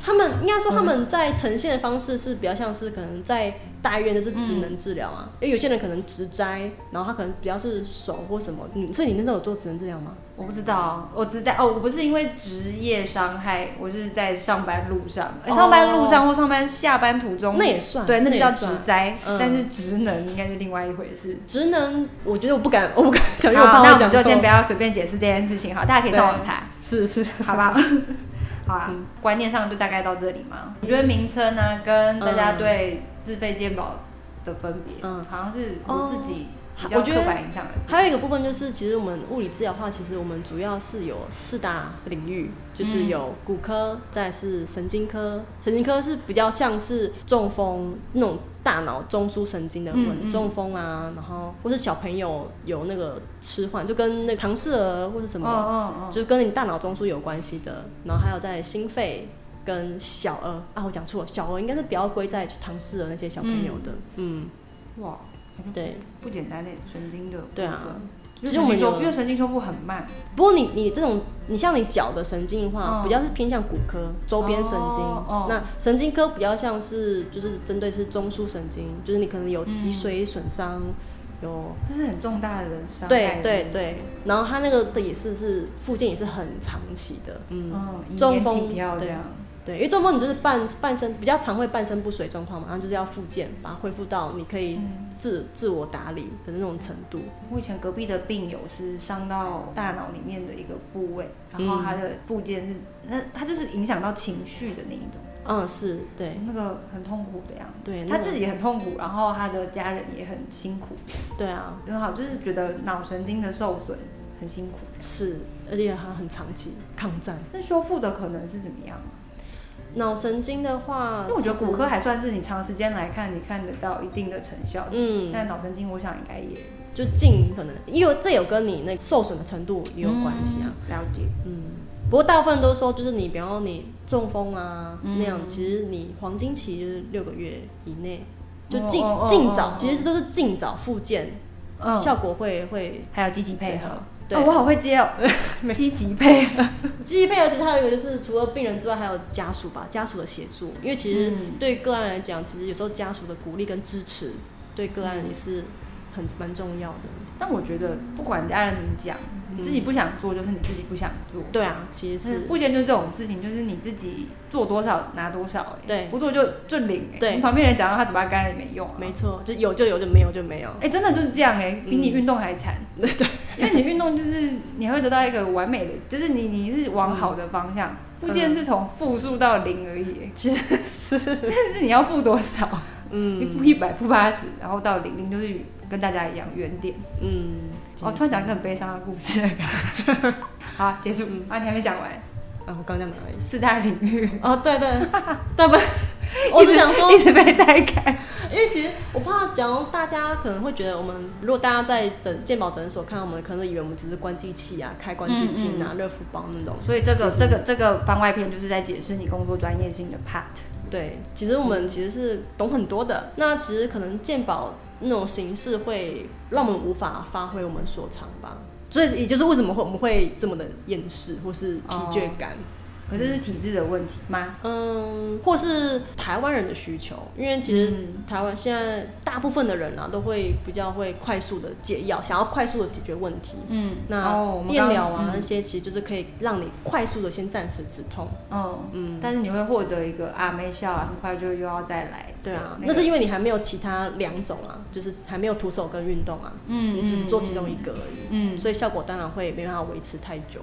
Speaker 2: 他们应该说他们在呈现的方式是比较像是可能在大医院就是职能治疗
Speaker 1: 嗯
Speaker 2: 啊，因为有些人可能植摘，然后他可能比较是手或什么，嗯，所以你那时候有做职能治疗吗？
Speaker 1: 我不知道，我只在哦，我不是因为职业伤害，我是在上班路上，呃
Speaker 2: 哦
Speaker 1: 上班路上或上班下班途中，
Speaker 2: 那也算，
Speaker 1: 对，那就
Speaker 2: 也
Speaker 1: 叫职
Speaker 2: 算
Speaker 1: 灾，
Speaker 2: 嗯
Speaker 1: 但是职能应该是另外一回 事。
Speaker 2: 职能，我觉得我不敢， 我不敢讲，因为我
Speaker 1: 好，
Speaker 2: 怕
Speaker 1: 那
Speaker 2: 我
Speaker 1: 我们
Speaker 2: 讲
Speaker 1: 就
Speaker 2: 错。
Speaker 1: 先不要随便解释这件事情，好，大家可以上网查。
Speaker 2: 是是，
Speaker 1: 好 吧，好啊，
Speaker 2: 嗯
Speaker 1: 观念上就大概到这里嘛。我觉得名称呢、跟大家对自费健保的分别，
Speaker 2: 嗯
Speaker 1: 好像是我自己比较
Speaker 2: 哦我觉得
Speaker 1: 刻板印象的。
Speaker 2: 还有一个部分就是，其实我们物理治疗的话，其实我们主要是有四大领域，就是
Speaker 1: 嗯
Speaker 2: 有骨科，再来是神经科。神经科是比较像是中风那种大脑中枢神经的问、
Speaker 1: 嗯嗯
Speaker 2: 中风啊，然后或是小朋友有那个迟缓，就跟那个唐氏儿或是
Speaker 1: 嗯
Speaker 2: 什么，
Speaker 1: 嗯嗯，
Speaker 2: 就是跟你大脑中枢有关系的。然后还有在心肺跟小儿啊，我讲错，了，小儿应该是比较归在唐氏儿那些小朋友的。嗯，
Speaker 1: 哇，
Speaker 2: 对
Speaker 1: 不简单的神经的部分
Speaker 2: 对啊。
Speaker 1: 因为
Speaker 2: 其实我
Speaker 1: 神
Speaker 2: 们
Speaker 1: 经修
Speaker 2: 有
Speaker 1: 因为神经修复很慢，
Speaker 2: 不过你你这种，你像你脚的神经的话，
Speaker 1: 嗯
Speaker 2: 比较是偏向骨科周边神经。
Speaker 1: 哦哦
Speaker 2: 那神经科比较像是就是针对是中枢神经，就是你可能有
Speaker 1: 嗯
Speaker 2: 脊髓损伤，有
Speaker 1: 这是很重大的人伤害
Speaker 2: 对
Speaker 1: 的。
Speaker 2: 对对，然后它那个的也是是附件也是很长期的，嗯，
Speaker 1: 嗯，以
Speaker 2: 中
Speaker 1: 年
Speaker 2: 风
Speaker 1: 起跳这
Speaker 2: 对
Speaker 1: 样。
Speaker 2: 对，因为做梦你就是半半身比较常会半身不遂状况嘛，然后就是要复健，把它恢复到你可以
Speaker 1: 嗯
Speaker 2: 自、自我打理的那种程度。
Speaker 1: 我以前隔壁的病友是伤到大脑里面的一个部位，然
Speaker 2: 嗯
Speaker 1: 后他的部件是，那、他就是影响到情绪的那一种，
Speaker 2: 嗯，是对
Speaker 1: 那个很痛苦的样子。
Speaker 2: 对，
Speaker 1: 他
Speaker 2: 那
Speaker 1: 自己很痛苦，然后他的家人也很辛苦，
Speaker 2: 对啊，
Speaker 1: 很好，就是觉得脑神经的受损很辛苦。
Speaker 2: 是，而且它很长期抗战。
Speaker 1: 那修复的可能是怎么样？
Speaker 2: 脑神经的话，
Speaker 1: 因为我觉得
Speaker 2: 其实
Speaker 1: 骨科，还算是你长时间来看，你看得到一定的成效，
Speaker 2: 嗯，
Speaker 1: 但脑神经我想应该也
Speaker 2: 就尽可能，因为这有跟你那个受损的程度也有关系啊。
Speaker 1: 了解。
Speaker 2: 嗯，不过大部分都说，就是你，比方说你中风啊、
Speaker 1: 嗯
Speaker 2: 那样，其实你黄金期就是六个月以内，就
Speaker 1: 哦
Speaker 2: 尽
Speaker 1: 哦哦
Speaker 2: 尽、
Speaker 1: 哦
Speaker 2: 早，
Speaker 1: 哦
Speaker 2: 其实就是尽早复健，
Speaker 1: 嗯，
Speaker 2: 效果会会
Speaker 1: 还有积极配合。
Speaker 2: 对
Speaker 1: 哦，我好会接 哦，积极配合。
Speaker 2: 积极配合。其实还有一个就是，除了病人之外，还有家属吧，家属的协助，因为其实
Speaker 1: 嗯
Speaker 2: 对个案来讲，其实有时候家属的鼓励跟支持，对个案也是很蛮重要的。
Speaker 1: 但我觉得不管家人怎么讲，你自己不想做就是你自己不想做。
Speaker 2: 对啊，其实
Speaker 1: 嗯是
Speaker 2: 是
Speaker 1: 付钱就是这种事情，就是你自己做多少拿多少、欸，
Speaker 2: 对
Speaker 1: 不做就就领、欸，
Speaker 2: 对
Speaker 1: 你旁边人讲到他嘴巴干了也没用、啊，
Speaker 2: 没错，就有就有，就没有就没有。
Speaker 1: 哎、真的就是这样哎、比你
Speaker 2: 嗯
Speaker 1: 运动还惨。 对、因为你运动就是你还会得到一个完美的，就是你你是往好的方向，复健是从负数到零而 已、欸，
Speaker 2: 其实是，
Speaker 1: 但是你要负多少？你
Speaker 2: 嗯
Speaker 1: 负一百，负八十，然后到零，零就是跟大家一样原点。
Speaker 2: 嗯，
Speaker 1: 哦，突然讲一个很悲伤的故事的感觉。 好，结束。啊，你还没讲完，
Speaker 2: 啊，我刚讲哪里？
Speaker 1: 四大领域，
Speaker 2: 哦，对对 对不？我是想说
Speaker 1: 一，直被带开。
Speaker 2: 因为其实我怕讲大家可能会觉得，我们如果大家在诊健保诊所看到我们，可能以为我们只是关机器啊，开关机器、
Speaker 1: 嗯嗯
Speaker 2: 拿热敷包那种。
Speaker 1: 所以这个
Speaker 2: 就是
Speaker 1: 这个这个番外篇就是在解释你工作专业性的 part。
Speaker 2: 对，其实我们其实是懂很多的。那其实可能健保那种形式会让我们无法发挥我们所长吧。所以也就是为什么会我们会这么的厌世或是疲
Speaker 1: 哦
Speaker 2: 倦感。
Speaker 1: 可是是体制的问题吗？
Speaker 2: 嗯，或是台湾人的需求，因为其实
Speaker 1: 嗯
Speaker 2: 台湾现在大部分的人啊，都会比较会快速的解药，想要快速的解决问题。
Speaker 1: 嗯哦我
Speaker 2: 那
Speaker 1: 们
Speaker 2: 电
Speaker 1: 刚
Speaker 2: 疗啊那
Speaker 1: 嗯
Speaker 2: 些，其实就是可以让你快速的先暂时止痛。
Speaker 1: 嗯，
Speaker 2: 嗯，
Speaker 1: 但是你会获得一个啊没效了，很快就又要再来。
Speaker 2: 对啊，
Speaker 1: 那个
Speaker 2: 那是因为你还没有其他两种啊，就是还没有徒手跟运动啊，
Speaker 1: 嗯
Speaker 2: 你只是做其中一个而已，
Speaker 1: 嗯，
Speaker 2: 所以效果当然会没办法维持太久。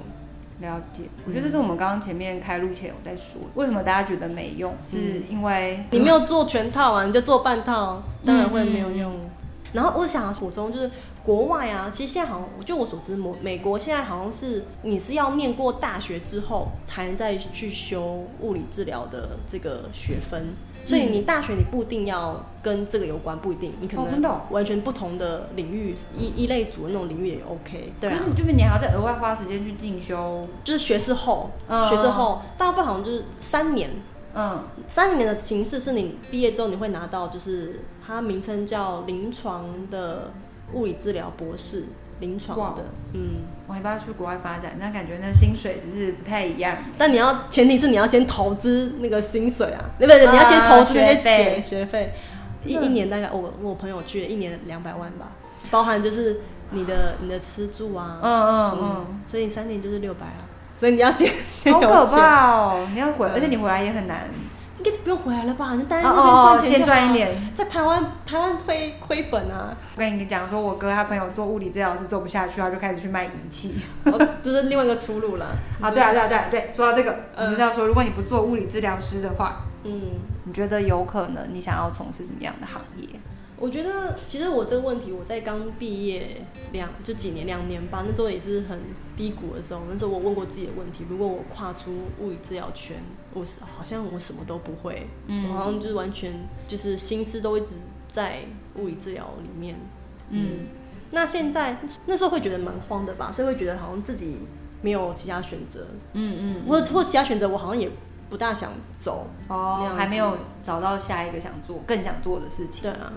Speaker 1: 了解。
Speaker 2: 嗯
Speaker 1: 我觉得这是我们刚刚前面开录前有在说的，为什么大家觉得没用，是因为
Speaker 2: 嗯你没有做全套啊，你就做半
Speaker 1: 嗯
Speaker 2: 套，当然会没有用。然后我想补充就是国外啊，其实现在好像就我所知，美美国现在好像是你是要念过大学之后才能再去修物理治疗的这个学分，所以你大学你不一定要跟这个有关，不一定，你可
Speaker 1: 哦真的哦
Speaker 2: 能完全不同的领域一一类组的那种领域也 OK。对啊
Speaker 1: 可，是你就是你还要再额外花时间去进修，
Speaker 2: 就是学士后，
Speaker 1: 嗯
Speaker 2: 学士后大部分好像就是三年
Speaker 1: 嗯，
Speaker 2: 三年的形式是你毕业之后你会拿到，就是它名称叫临床的物理治疗博士，临
Speaker 1: 哇
Speaker 2: 床的，嗯，
Speaker 1: 我还不要去国外发展，那感觉那薪水就是不太一样。
Speaker 2: 但你要前提是你要先投资那个薪水啊，对不对？你要先投资
Speaker 1: 啊
Speaker 2: 那些钱，学费，一
Speaker 1: 真的
Speaker 2: 一年大概我我朋友去一年两百万吧，包含就是你的你的吃住
Speaker 1: 嗯
Speaker 2: 啊，
Speaker 1: 嗯嗯，
Speaker 2: 嗯，所以你三年就是六百啊，所以你要先先
Speaker 1: 好
Speaker 2: 有
Speaker 1: 可
Speaker 2: 钱，
Speaker 1: 怕哦！你要回，
Speaker 2: 嗯
Speaker 1: 而且你回来也很难。
Speaker 2: 应该就不用回来了吧？你就待在
Speaker 1: 哦
Speaker 2: 那
Speaker 1: 哦
Speaker 2: 边
Speaker 1: 哦
Speaker 2: 赚钱
Speaker 1: 先
Speaker 2: 就
Speaker 1: 赚一
Speaker 2: 好啊
Speaker 1: 点，
Speaker 2: 在台湾台湾亏亏本啊。
Speaker 1: 我跟你讲，说我哥他朋友做物理治疗师做不下去，他就开始去卖仪器。
Speaker 2: 哦，这是另外一个出路了。
Speaker 1: 啊，对啊，对啊，对啊，对，说到这个，我
Speaker 2: 嗯
Speaker 1: 们就是要说，如果你不做物理治疗师的话，
Speaker 2: 嗯，
Speaker 1: 你觉得有可能你想要从事什么样的行业？
Speaker 2: 我觉得其实我这个问题，我在刚毕业两就几年两年吧，那时候也是很低谷的时候。那时候我问过自己的问题：如果我跨出物理治疗圈，我是好像我什么都不会，我
Speaker 1: 哦
Speaker 2: 好像就是完全就是心思都一直在物理治疗里面。
Speaker 1: 嗯，
Speaker 2: 那现在那时候会觉得蛮慌的吧，所以会觉得好像自己没有其他选择，
Speaker 1: 嗯
Speaker 2: 或或其他选择我好像也不大想走。那
Speaker 1: 哦
Speaker 2: 样，子
Speaker 1: 还没有找到下一个想做、更想做的事情。
Speaker 2: 对啊，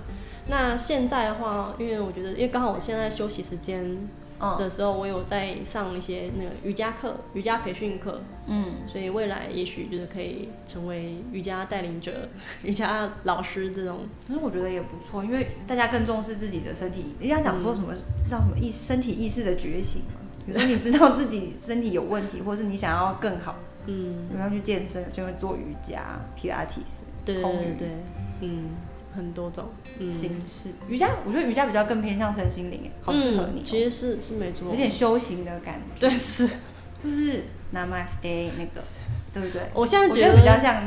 Speaker 2: 那现在的话，因为我觉得，因为刚好我现在休息时间
Speaker 1: 嗯
Speaker 2: 的时候，我有在上一些那个瑜伽课、瑜伽培训课，
Speaker 1: 嗯，
Speaker 2: 所以未来也许就是可以成为瑜伽带领者、瑜伽老师这种。
Speaker 1: 可是我觉得也不错，因为大家更重视自己的身体。人家讲说什么叫什么意身体意识的觉醒嘛，比如说你知道自己身体有问题，或是你想要更好，
Speaker 2: 嗯，
Speaker 1: 有没有去健身？有些会做瑜伽、皮拉提斯、
Speaker 2: 对对
Speaker 1: 空
Speaker 2: 对
Speaker 1: 余
Speaker 2: 对，嗯，很多种，嗯，
Speaker 1: 形式。瑜伽，我觉得瑜伽比较更偏向身心灵，好适合你哦，
Speaker 2: 嗯其实是是没错，
Speaker 1: 有点修行的感觉，
Speaker 2: 对是。哦
Speaker 1: 就是 Namaste 那 个，对不对？
Speaker 2: 我现在
Speaker 1: 我
Speaker 2: 觉
Speaker 1: 觉
Speaker 2: 得
Speaker 1: 得比较像，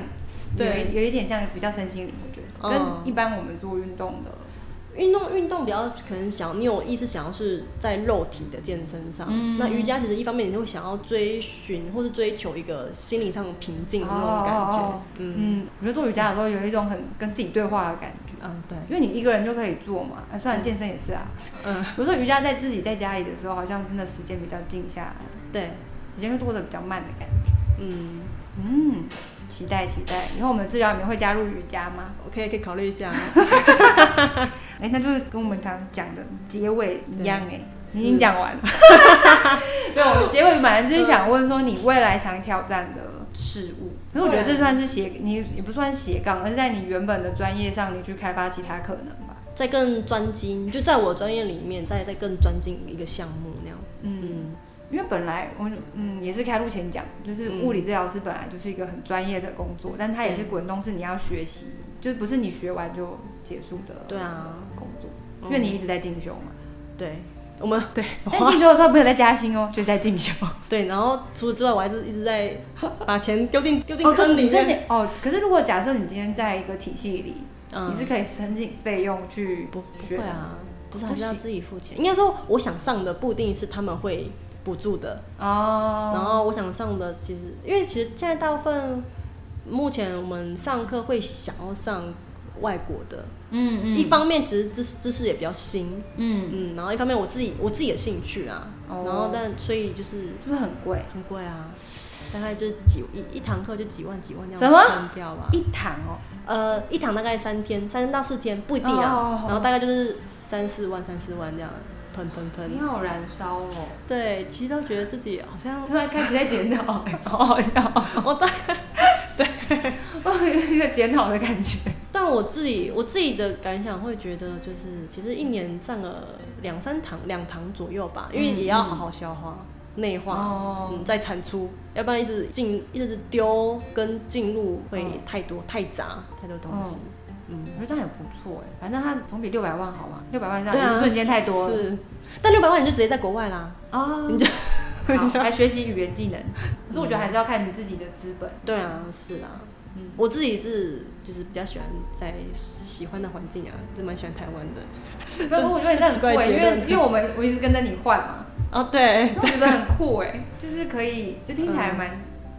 Speaker 2: 对
Speaker 1: 有一有一点像比较身心灵，我觉得
Speaker 2: 嗯
Speaker 1: 跟一般我们做运动的，
Speaker 2: 运动运动比较可能想，你有意识想要是在肉体的健身上。
Speaker 1: 嗯
Speaker 2: 那瑜伽其实一方面你会想要追寻或是追求一个心理上的平静的那种感觉。
Speaker 1: 哦哦哦
Speaker 2: 嗯
Speaker 1: 嗯，我觉得做瑜伽的时候有一种很跟自己对话的感觉。
Speaker 2: 嗯，对，
Speaker 1: 因为你一个人就可以做嘛，啊、虽然
Speaker 2: 嗯
Speaker 1: 健身也是啊，
Speaker 2: 嗯
Speaker 1: 有时候瑜伽在自己在家里的时候，好像真的时间比较静下来，
Speaker 2: 对，
Speaker 1: 时间会过得比较慢的感觉。
Speaker 2: 嗯
Speaker 1: 嗯，期待期待，以后我们的治疗里面会加入瑜伽吗？
Speaker 2: ，OK，可以考虑一下。
Speaker 1: 哎、那就是跟我们刚刚讲的结尾一样哎、
Speaker 2: 是
Speaker 1: 你已经讲完了。 没有，我们结尾本来就是想问说你未来想挑战的事物，可是我觉得这算是斜，你也不算斜杠，而是在你原本的专业上，你去开发其他可能吧。
Speaker 2: 再更专精，就在我专业里面，再再更专精一个项目那样。
Speaker 1: 嗯。
Speaker 2: 嗯
Speaker 1: 因为本来我嗯也是开录前讲，就是
Speaker 2: 嗯
Speaker 1: 物理治疗师本来就是一个很专业的工作，但它也是
Speaker 2: 对
Speaker 1: 滚动式，你要学习，就是不是你学完就结束的
Speaker 2: 对啊
Speaker 1: 工作，
Speaker 2: 嗯
Speaker 1: 因为你一直在进修嘛。
Speaker 2: 对，我们 对
Speaker 1: 但进修的时候没有在加薪哦，就是在进 修。
Speaker 2: 对，然后除此之外，我还是一直在把钱丢进丢进
Speaker 1: 哦，
Speaker 2: 坑里
Speaker 1: 对真
Speaker 2: 面。
Speaker 1: 的哦。可是如果假设你今天在一个体系里，
Speaker 2: 嗯
Speaker 1: 你是可以申请费用去
Speaker 2: 不不
Speaker 1: 学
Speaker 2: 会
Speaker 1: 的。
Speaker 2: 啊，就是还是
Speaker 1: 不
Speaker 2: 要
Speaker 1: 行
Speaker 2: 自己付钱。应该说，我想上的不一定是他们会补助的，然
Speaker 1: 哦，
Speaker 2: 后我想上的其实，因为其实现在大部分目前我们上课会想要上外国的，
Speaker 1: 嗯嗯，
Speaker 2: 一方面其实知识知识也比较新，
Speaker 1: 嗯，
Speaker 2: 嗯，然后一方面我自己我自己的兴趣啊，
Speaker 1: 哦
Speaker 2: 然后但所以就是
Speaker 1: 是不是很贵？
Speaker 2: 很贵啊，大概就几一一堂课就几万几万这样
Speaker 1: 什么
Speaker 2: 分掉吧，
Speaker 1: 一堂哦，
Speaker 2: 呃，一堂大概三天，三到四天不一定
Speaker 1: 哦哦
Speaker 2: 啊
Speaker 1: 哦哦
Speaker 2: 然后大概就是三四万、三四万这样，喷喷
Speaker 1: 你
Speaker 2: 喷。
Speaker 1: 好燃烧哦，
Speaker 2: 对，其实都觉得自己好像
Speaker 1: 突然开始在检讨， 好好笑哦。
Speaker 2: 我大，
Speaker 1: 我有一个检讨的感觉。
Speaker 2: 但我自己我自己的感想会觉得，就是其实一年上个两三堂、两堂左右吧，因为
Speaker 1: 嗯
Speaker 2: 也要好好消化、内化，
Speaker 1: 哦
Speaker 2: 嗯，，再产出，要不然一直进一直丢跟进入会
Speaker 1: 嗯
Speaker 2: 太多、太杂、太多东
Speaker 1: 哦
Speaker 2: 西。嗯，
Speaker 1: 我觉得这样也不错哎，反正它总比六百万好嘛，六百万这
Speaker 2: 对
Speaker 1: 样
Speaker 2: 啊，
Speaker 1: 一瞬间太多了
Speaker 2: 是，但六百万你就直接在国外啦。
Speaker 1: 啊。
Speaker 2: 你就
Speaker 1: 好 来学习语言技能，可是我觉得还是要看你自己的资本。
Speaker 2: 对啊，是啊，
Speaker 1: 嗯
Speaker 2: 我自己是就是比较喜欢在喜欢的环境啊，就蛮喜欢台湾的。
Speaker 1: 不过我觉得你这很酷哎，
Speaker 2: 奇怪
Speaker 1: 因
Speaker 2: 结论
Speaker 1: 为因为我们我一直跟着你换 嘛，
Speaker 2: 哦，对，
Speaker 1: 我觉得很酷哎，就是可以，就听起来蛮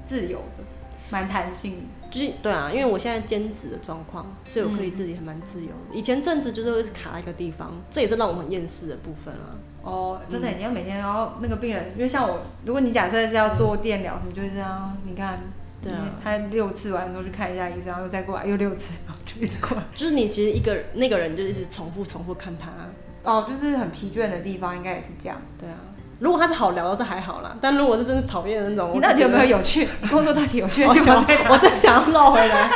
Speaker 1: 自由的，蛮弹性的。
Speaker 2: 就是对啊，因为我现在兼职的状况，所以我可
Speaker 1: 嗯
Speaker 2: 以自己还蛮自由的。以前正职就是会卡在一个地方，这也是让我很厌世的部分啊。
Speaker 1: 哦，真的，你要每天，然后那个病人，因为像我，如果你假设是要做电疗，你就这样，你看，
Speaker 2: 对啊
Speaker 1: 他六次完之后去看一下医生，然后又再过来，又六次，然后就一直过来。
Speaker 2: 就是你其实一个那个人就一直重复重复看他，
Speaker 1: 哦，就是很疲倦的地方，应该也是这样。
Speaker 2: 对啊。如果他是好聊的是还好啦，但如果是真的讨厌的那种，
Speaker 1: 你
Speaker 2: 我
Speaker 1: 到底
Speaker 2: 就
Speaker 1: 有
Speaker 2: 觉得
Speaker 1: 没有有趣？你工作到哦底有趣的
Speaker 2: 我
Speaker 1: 地方在哪？
Speaker 2: 有我正想要绕回来。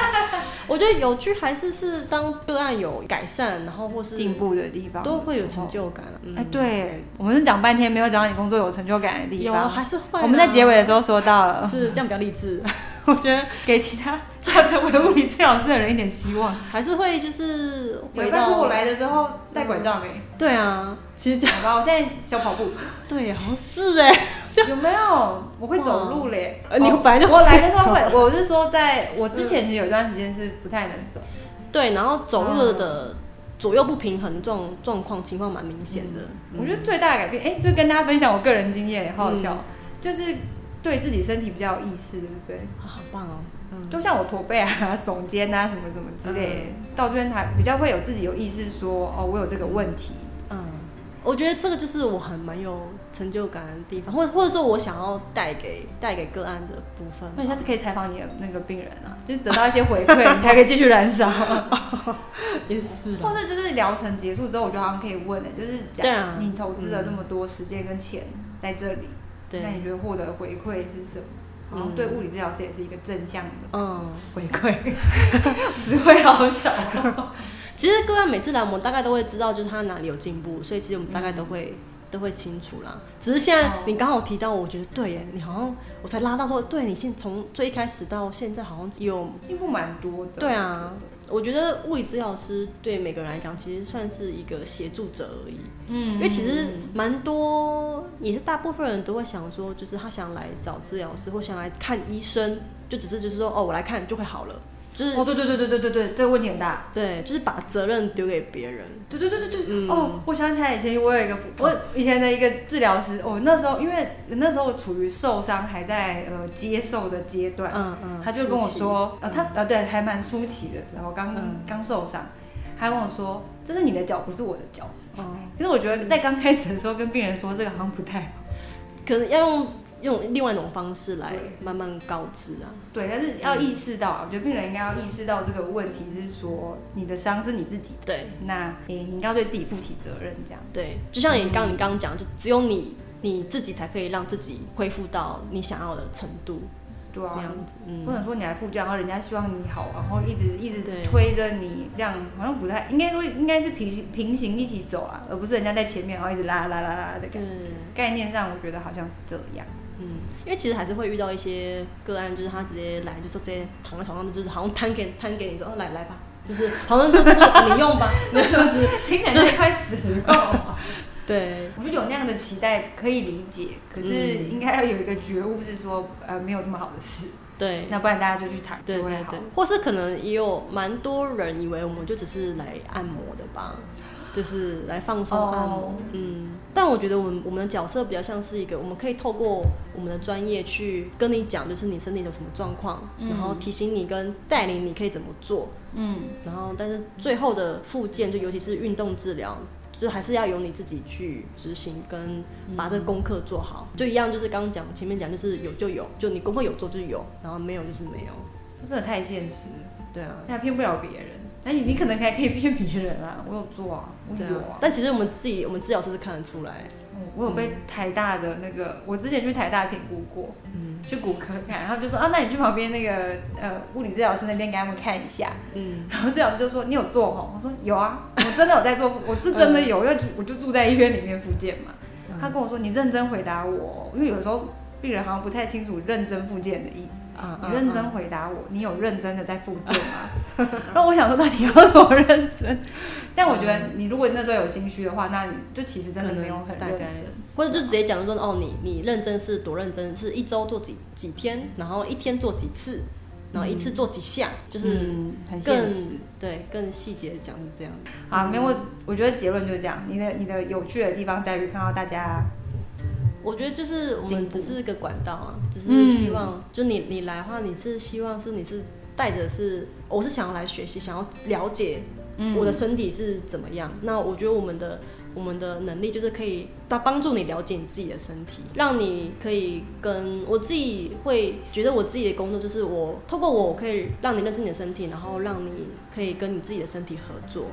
Speaker 2: 我觉得有趣还是是当个案有改善，然后或是
Speaker 1: 进步的地方
Speaker 2: 都会有成。就感、啊。嗯
Speaker 1: 哎，，对，我们是讲半天没有讲到你工作有成啊就感的地
Speaker 2: 有啊
Speaker 1: 方。
Speaker 2: 还是会啦。
Speaker 1: 我们在结尾的呃时候说到了，
Speaker 2: 是这样比较励志， 我觉得
Speaker 1: 给其他想成为物理治疗师的人一点希 望。
Speaker 2: 还是会就是回
Speaker 1: 回
Speaker 2: 到
Speaker 1: 到我来的时候带拐杖没？
Speaker 2: 对啊，其实这样
Speaker 1: 好吧，我现在小跑步。
Speaker 2: 对，好像是哎、
Speaker 1: 有没有？我会走路嘞。
Speaker 2: 呃你
Speaker 1: 哦
Speaker 2: 本来就会
Speaker 1: 我来的时候会，我是说在我之前其实有一段时间是不太能走。
Speaker 2: 对，然后走路的嗯左右不平衡的状状况情况蛮明显的，
Speaker 1: 我觉得最大的改变，哎、就跟大家分享我个人经验，也好好笑，
Speaker 2: 嗯
Speaker 1: 就是对自己身体比较有意识，对不对？
Speaker 2: 啊好棒哦，嗯，
Speaker 1: 就像我驼背啊、耸肩啊什么什么之类的，到这边才比较会有自己有意识说，哦，我有这个问题。
Speaker 2: 嗯，我觉得这个就是我很蛮有成就感的地方，或者或者说我想要带给带给个案的部分
Speaker 1: 那
Speaker 2: 吧。
Speaker 1: 你下次可以采访你的那个病人啊，就是得到一些回馈，你才可以继续燃 烧。
Speaker 2: 也是啦
Speaker 1: 或者就是疗程结束之后，我觉得好像可以问的、就是
Speaker 2: 对
Speaker 1: 讲
Speaker 2: 啊
Speaker 1: 你投资了这么多时间跟钱在这里，那
Speaker 2: 对
Speaker 1: 你，觉得获得的回馈是什么？
Speaker 2: 嗯
Speaker 1: 好像对物理治疗师也是一个正向的
Speaker 2: 嗯。
Speaker 1: 回馈，词汇好少。
Speaker 2: 其实个案每次来，我们大概都会知道就是他哪里有进步，所以其实我们大概都会都会清楚啦。只是现在
Speaker 1: 哦
Speaker 2: 你刚好提到，我觉得对耶，你好像我才拉到说，对你现从最一开始到现在好像有
Speaker 1: 进步蛮多的。
Speaker 2: 对啊，我觉得物理治疗师对每个人来讲，其实算是一个协助者而已。
Speaker 1: 嗯，
Speaker 2: 因为其实蛮多，也是大部分人都会想说，就是他想来找治疗师或想来看医生，就只是就是说哦，我来看就会好了，就是、
Speaker 1: 哦，对对对对对对对，这个问题很大。
Speaker 2: 对，就是把责任丢给别人。
Speaker 1: 对对对对对，
Speaker 2: 嗯哦
Speaker 1: 哦，我想起来以前我有一个我以前的一个治疗师，我、那时候因为那时候我处于受伤还在呃接受的阶段，
Speaker 2: 嗯嗯，
Speaker 1: 他就跟我
Speaker 2: 初期，
Speaker 1: 说，呃，他呃对，还蛮初期的时候，刚
Speaker 2: 嗯
Speaker 1: 刚、受伤，他跟我说这是你的脚，不是我的脚。
Speaker 2: 哦，
Speaker 1: 可是我觉得在刚开始的时候跟病人说这个好像不太好，
Speaker 2: 可能要用用另外一种方式来
Speaker 1: 对
Speaker 2: 慢慢告知啊。
Speaker 1: 对，但是要意识到，啊我觉得病人应该要意识到这个问题是说你的伤是你自己的，
Speaker 2: 对
Speaker 1: 那诶、你应该要对自己负起责任这样。
Speaker 2: 对，就像你刚你刚刚讲，就只有你你自己才可以让自己恢复到你想要的程度
Speaker 1: 对
Speaker 2: 那
Speaker 1: 啊，
Speaker 2: 样子。
Speaker 1: 不
Speaker 2: 嗯，
Speaker 1: 能说你来负债，然后人家希望你好，然后一直一直
Speaker 2: 对
Speaker 1: 推着你，这样好像不太应该说应该是平行平行一起走啊，而不是人家在前面然后一直拉拉拉拉的
Speaker 2: 对
Speaker 1: 感觉。。概念上，我觉得好像是这样。
Speaker 2: 嗯，因为其实还是会遇到一些个案，就是他直接来，就说直接躺在床上，就是好像摊给摊给你说，哦，来来吧，就是好像说就是你用吧那样子。
Speaker 1: 听起来像一块死肉。
Speaker 2: 对，
Speaker 1: 我觉得有那样的期待可以理解，可是
Speaker 2: 嗯
Speaker 1: 应该要有一个觉悟，是说呃没有这么好的事，
Speaker 2: 对，
Speaker 1: 那不然大家就去谈
Speaker 2: 对
Speaker 1: 就
Speaker 2: 对
Speaker 1: 会好
Speaker 2: 对。，或是可能也有蛮多人以为我们就只是来按摩的吧，就是来放松
Speaker 1: 哦
Speaker 2: 按摩。嗯，但我觉得我们我们的角色比较像是一个，我们可以透过我们的专业去跟你讲，就是你身体有什么状况，
Speaker 1: 嗯
Speaker 2: 然后提醒你跟带领你可以怎么做。
Speaker 1: 嗯，
Speaker 2: 然后，但是最后的复健，就尤其是运动治疗，就还是要由你自己去执行，跟把这个功课做好。
Speaker 1: 嗯
Speaker 2: 就一样，就是刚刚讲前面讲，就是有就有，就你功课有做就有，然后没有就是没有。
Speaker 1: 这真的太现实了，
Speaker 2: 对啊，
Speaker 1: 那骗不了别人。那你你可能还可以骗别人 啊，我有做啊，我
Speaker 2: 对
Speaker 1: 有
Speaker 2: 啊。但其实我们自己，我们治疗师是看得出来。
Speaker 1: 嗯我有被台大的那个，我之前去台大评估过，
Speaker 2: 嗯
Speaker 1: 去骨科看，然后就说啊，那你去旁边那个呃物理治疗师那边给他们看一下。
Speaker 2: 嗯，
Speaker 1: 然后治疗师就说你有做哦，我说有啊，我真的有在做，我是真的有，因为我就住在医院里面复健嘛。
Speaker 2: 嗯
Speaker 1: 他跟我说你认真回答我哦，因为有时候病人好像不太清楚认真复健的意思。
Speaker 2: 啊
Speaker 1: 你认真回答我，你有认真的在复健吗？ 然后我想说，到底要怎么认真？但我觉得你如果那时候有心虚的话，那你就其实真的没有很
Speaker 2: 嗯可能大概
Speaker 1: 认真。
Speaker 2: 或者就直接讲说，哦，你你认真是多认真，是一周做几几天，然后一天做几次，然后一次做几下，就是
Speaker 1: 嗯、很现实
Speaker 2: 更嗯对更细节地讲是这样。
Speaker 1: 啊，没有，我我觉得结论就是这样。你的你的有趣的地方在于看到大家，
Speaker 2: 我觉得就是我
Speaker 1: 进
Speaker 2: 们
Speaker 1: 步
Speaker 2: 只是一个管道啊，就
Speaker 1: 嗯
Speaker 2: 是希望，就你你来的话，你是希望是你是带着是，我是想要来学习，想要了解
Speaker 1: 嗯
Speaker 2: 我的身体是怎么样。那我觉得我们的我们的能力就是可以帮帮助你了解你自己的身体，让你可以跟我自己会觉得我自己的工作就是我透过我，我可以让你认识你的身体，然后让你可以跟你自己的身体合作。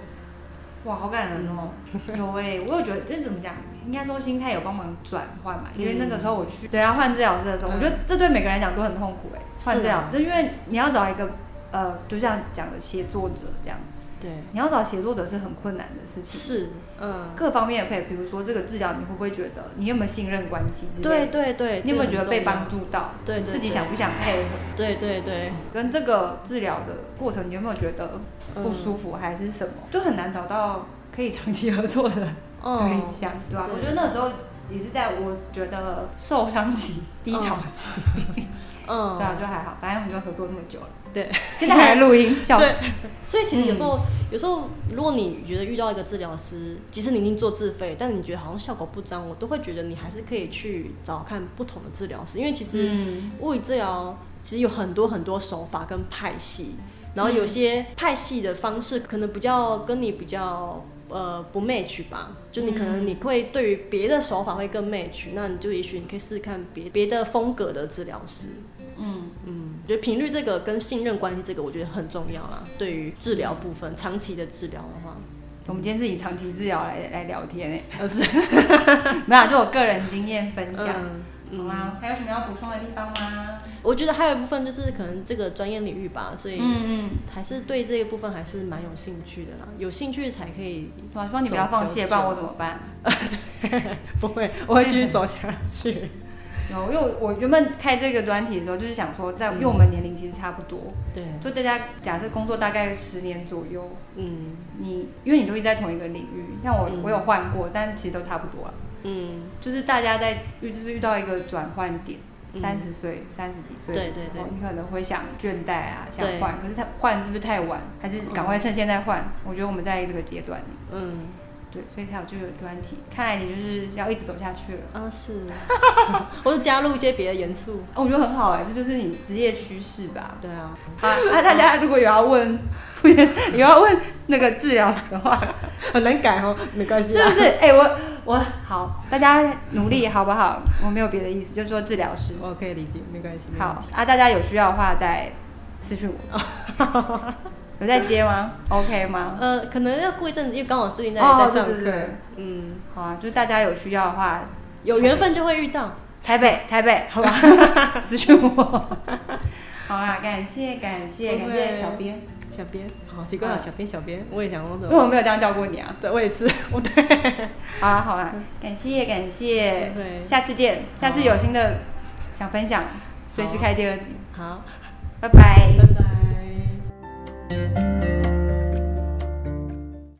Speaker 1: 哇，好感人哦！
Speaker 2: 嗯
Speaker 1: 有哎、我有觉得，这怎么讲？应该说心态有帮忙转换嘛，因为那个时候我
Speaker 2: 嗯
Speaker 1: 去对啊换治疗师的时候，我觉得这对每个人来讲都很痛苦哎、换
Speaker 2: 是啊
Speaker 1: 治疗师，因为你要找一个呃，就像讲的协作者这样，
Speaker 2: 对，
Speaker 1: 你要找协作者是很困难的事情，
Speaker 2: 是，嗯，
Speaker 1: 各方面也可以，比如说这个治疗你会不会觉得你有没有信任关系之
Speaker 2: 对
Speaker 1: 类的，
Speaker 2: 对对，
Speaker 1: 你有没有觉
Speaker 2: 这个
Speaker 1: 得
Speaker 2: 很
Speaker 1: 被
Speaker 2: 重要
Speaker 1: 帮？助到，
Speaker 2: 对对，
Speaker 1: 自己
Speaker 2: 对
Speaker 1: 想不想配合，
Speaker 2: 对对对，
Speaker 1: 跟这个治疗的过程，你有没有觉得
Speaker 2: 嗯
Speaker 1: 不舒服还是什么？就很难找到可以长期合作的对
Speaker 2: 嗯，
Speaker 1: 象，对吧、
Speaker 2: 对
Speaker 1: 我觉得那时候也是在我觉得受伤期、低潮期，对啊，
Speaker 2: 嗯，
Speaker 1: 就还好，反正我们就合作那么久了，
Speaker 2: 对，
Speaker 1: 现在还在录音，笑死。
Speaker 2: 所以其实有时候，有时候如果你觉得遇到一个治疗师，即使你已经做自费，但你觉得好像效果不彰，我都会觉得你还是可以去找看不同的治疗师，因为其实
Speaker 1: 嗯，
Speaker 2: 物理治疗其实有很多很多手法跟派系，然后有些派系的方式可能比较跟你比较呃不 match 吧，就你可能你会对于别的手法会更 match，那你就也许你可以试试看别别的风格的治疗师。
Speaker 1: 嗯，
Speaker 2: 嗯，我觉得频率这个跟信任关系这个，我觉得很重要啦。对于治疗部分，长期的治疗的话，
Speaker 1: 我们今天是以长期治疗来来聊天欸诶、
Speaker 2: 呃 是，
Speaker 1: 没有啊，就我个人经验分享。
Speaker 2: 嗯，
Speaker 1: 好啦，还有什么要补充的地方吗？
Speaker 2: 我觉得还有一部分就是可能这个专业领域吧，所以
Speaker 1: 嗯嗯，
Speaker 2: 还是对这一部分还是蛮有兴趣的啦。有兴趣才可以，
Speaker 1: 我希望你不要放弃，不然我怎么办？
Speaker 2: 不会，我会继续走下去。
Speaker 1: 有，因为我我原本开这个专题的时候，就是想说在，因为我们年龄其实差不多，
Speaker 2: 对，
Speaker 1: 就大家假设工作大概十年左右，
Speaker 2: 嗯
Speaker 1: 你因为你都一直在同一个领域，像我
Speaker 2: 嗯
Speaker 1: 我有换过，但其实都差不多啊。
Speaker 2: 嗯，
Speaker 1: 就是大家在遇就是遇到一个转换点，
Speaker 2: 嗯
Speaker 1: 三十岁、三十几岁的
Speaker 2: 对
Speaker 1: 时
Speaker 2: 对
Speaker 1: 候，
Speaker 2: 对
Speaker 1: 你可能会想倦怠啊，想
Speaker 2: 对
Speaker 1: 换，可是他换是不是太晚？还是赶快趁现在换？我觉得我们在这个阶段里，啊
Speaker 2: 嗯，
Speaker 1: 对，所以才有这个专题。看来你就是要一直走下去了。
Speaker 2: 啊是， 或者加入一些别的元素。
Speaker 1: 哦我觉得很好哎、这就是你职业趋势吧。
Speaker 2: 对啊，
Speaker 1: 啊，那、大家如果有要问， 有要问那个治疗的话，
Speaker 2: 很难改哦，没关
Speaker 1: 是 不是？哎、我我好，大家努力好不好？我没有别的意思，就是说治疗师。
Speaker 2: 我哦可以理解，没关系。
Speaker 1: 好啊，大家有需要的话再私 信我。有在接吗？OK 吗？
Speaker 2: 呃，可能要过一阵子，因为刚好最近在、
Speaker 1: 哦
Speaker 2: 在上
Speaker 1: 对对
Speaker 2: 课
Speaker 1: 对，
Speaker 2: 嗯，
Speaker 1: 好啊，就是大家有需要的话，
Speaker 2: 有缘分就会遇到。
Speaker 1: 台北台北，好 吧，私信我。好啦，感谢感谢感
Speaker 2: 不会
Speaker 1: 谢小编，
Speaker 2: 小编，好奇怪啊，
Speaker 1: 啊
Speaker 2: 小编小编，我也想说怎
Speaker 1: 因为我
Speaker 2: 么，
Speaker 1: 没有这样叫过你啊。
Speaker 2: 对，我也是，我对，
Speaker 1: 好啊啦好啦，感谢感谢
Speaker 2: 不会，
Speaker 1: 下次见，下次有新的想分享，随时
Speaker 2: 好
Speaker 1: 开第二集，
Speaker 2: 好，
Speaker 1: 拜拜
Speaker 2: 拜。拜。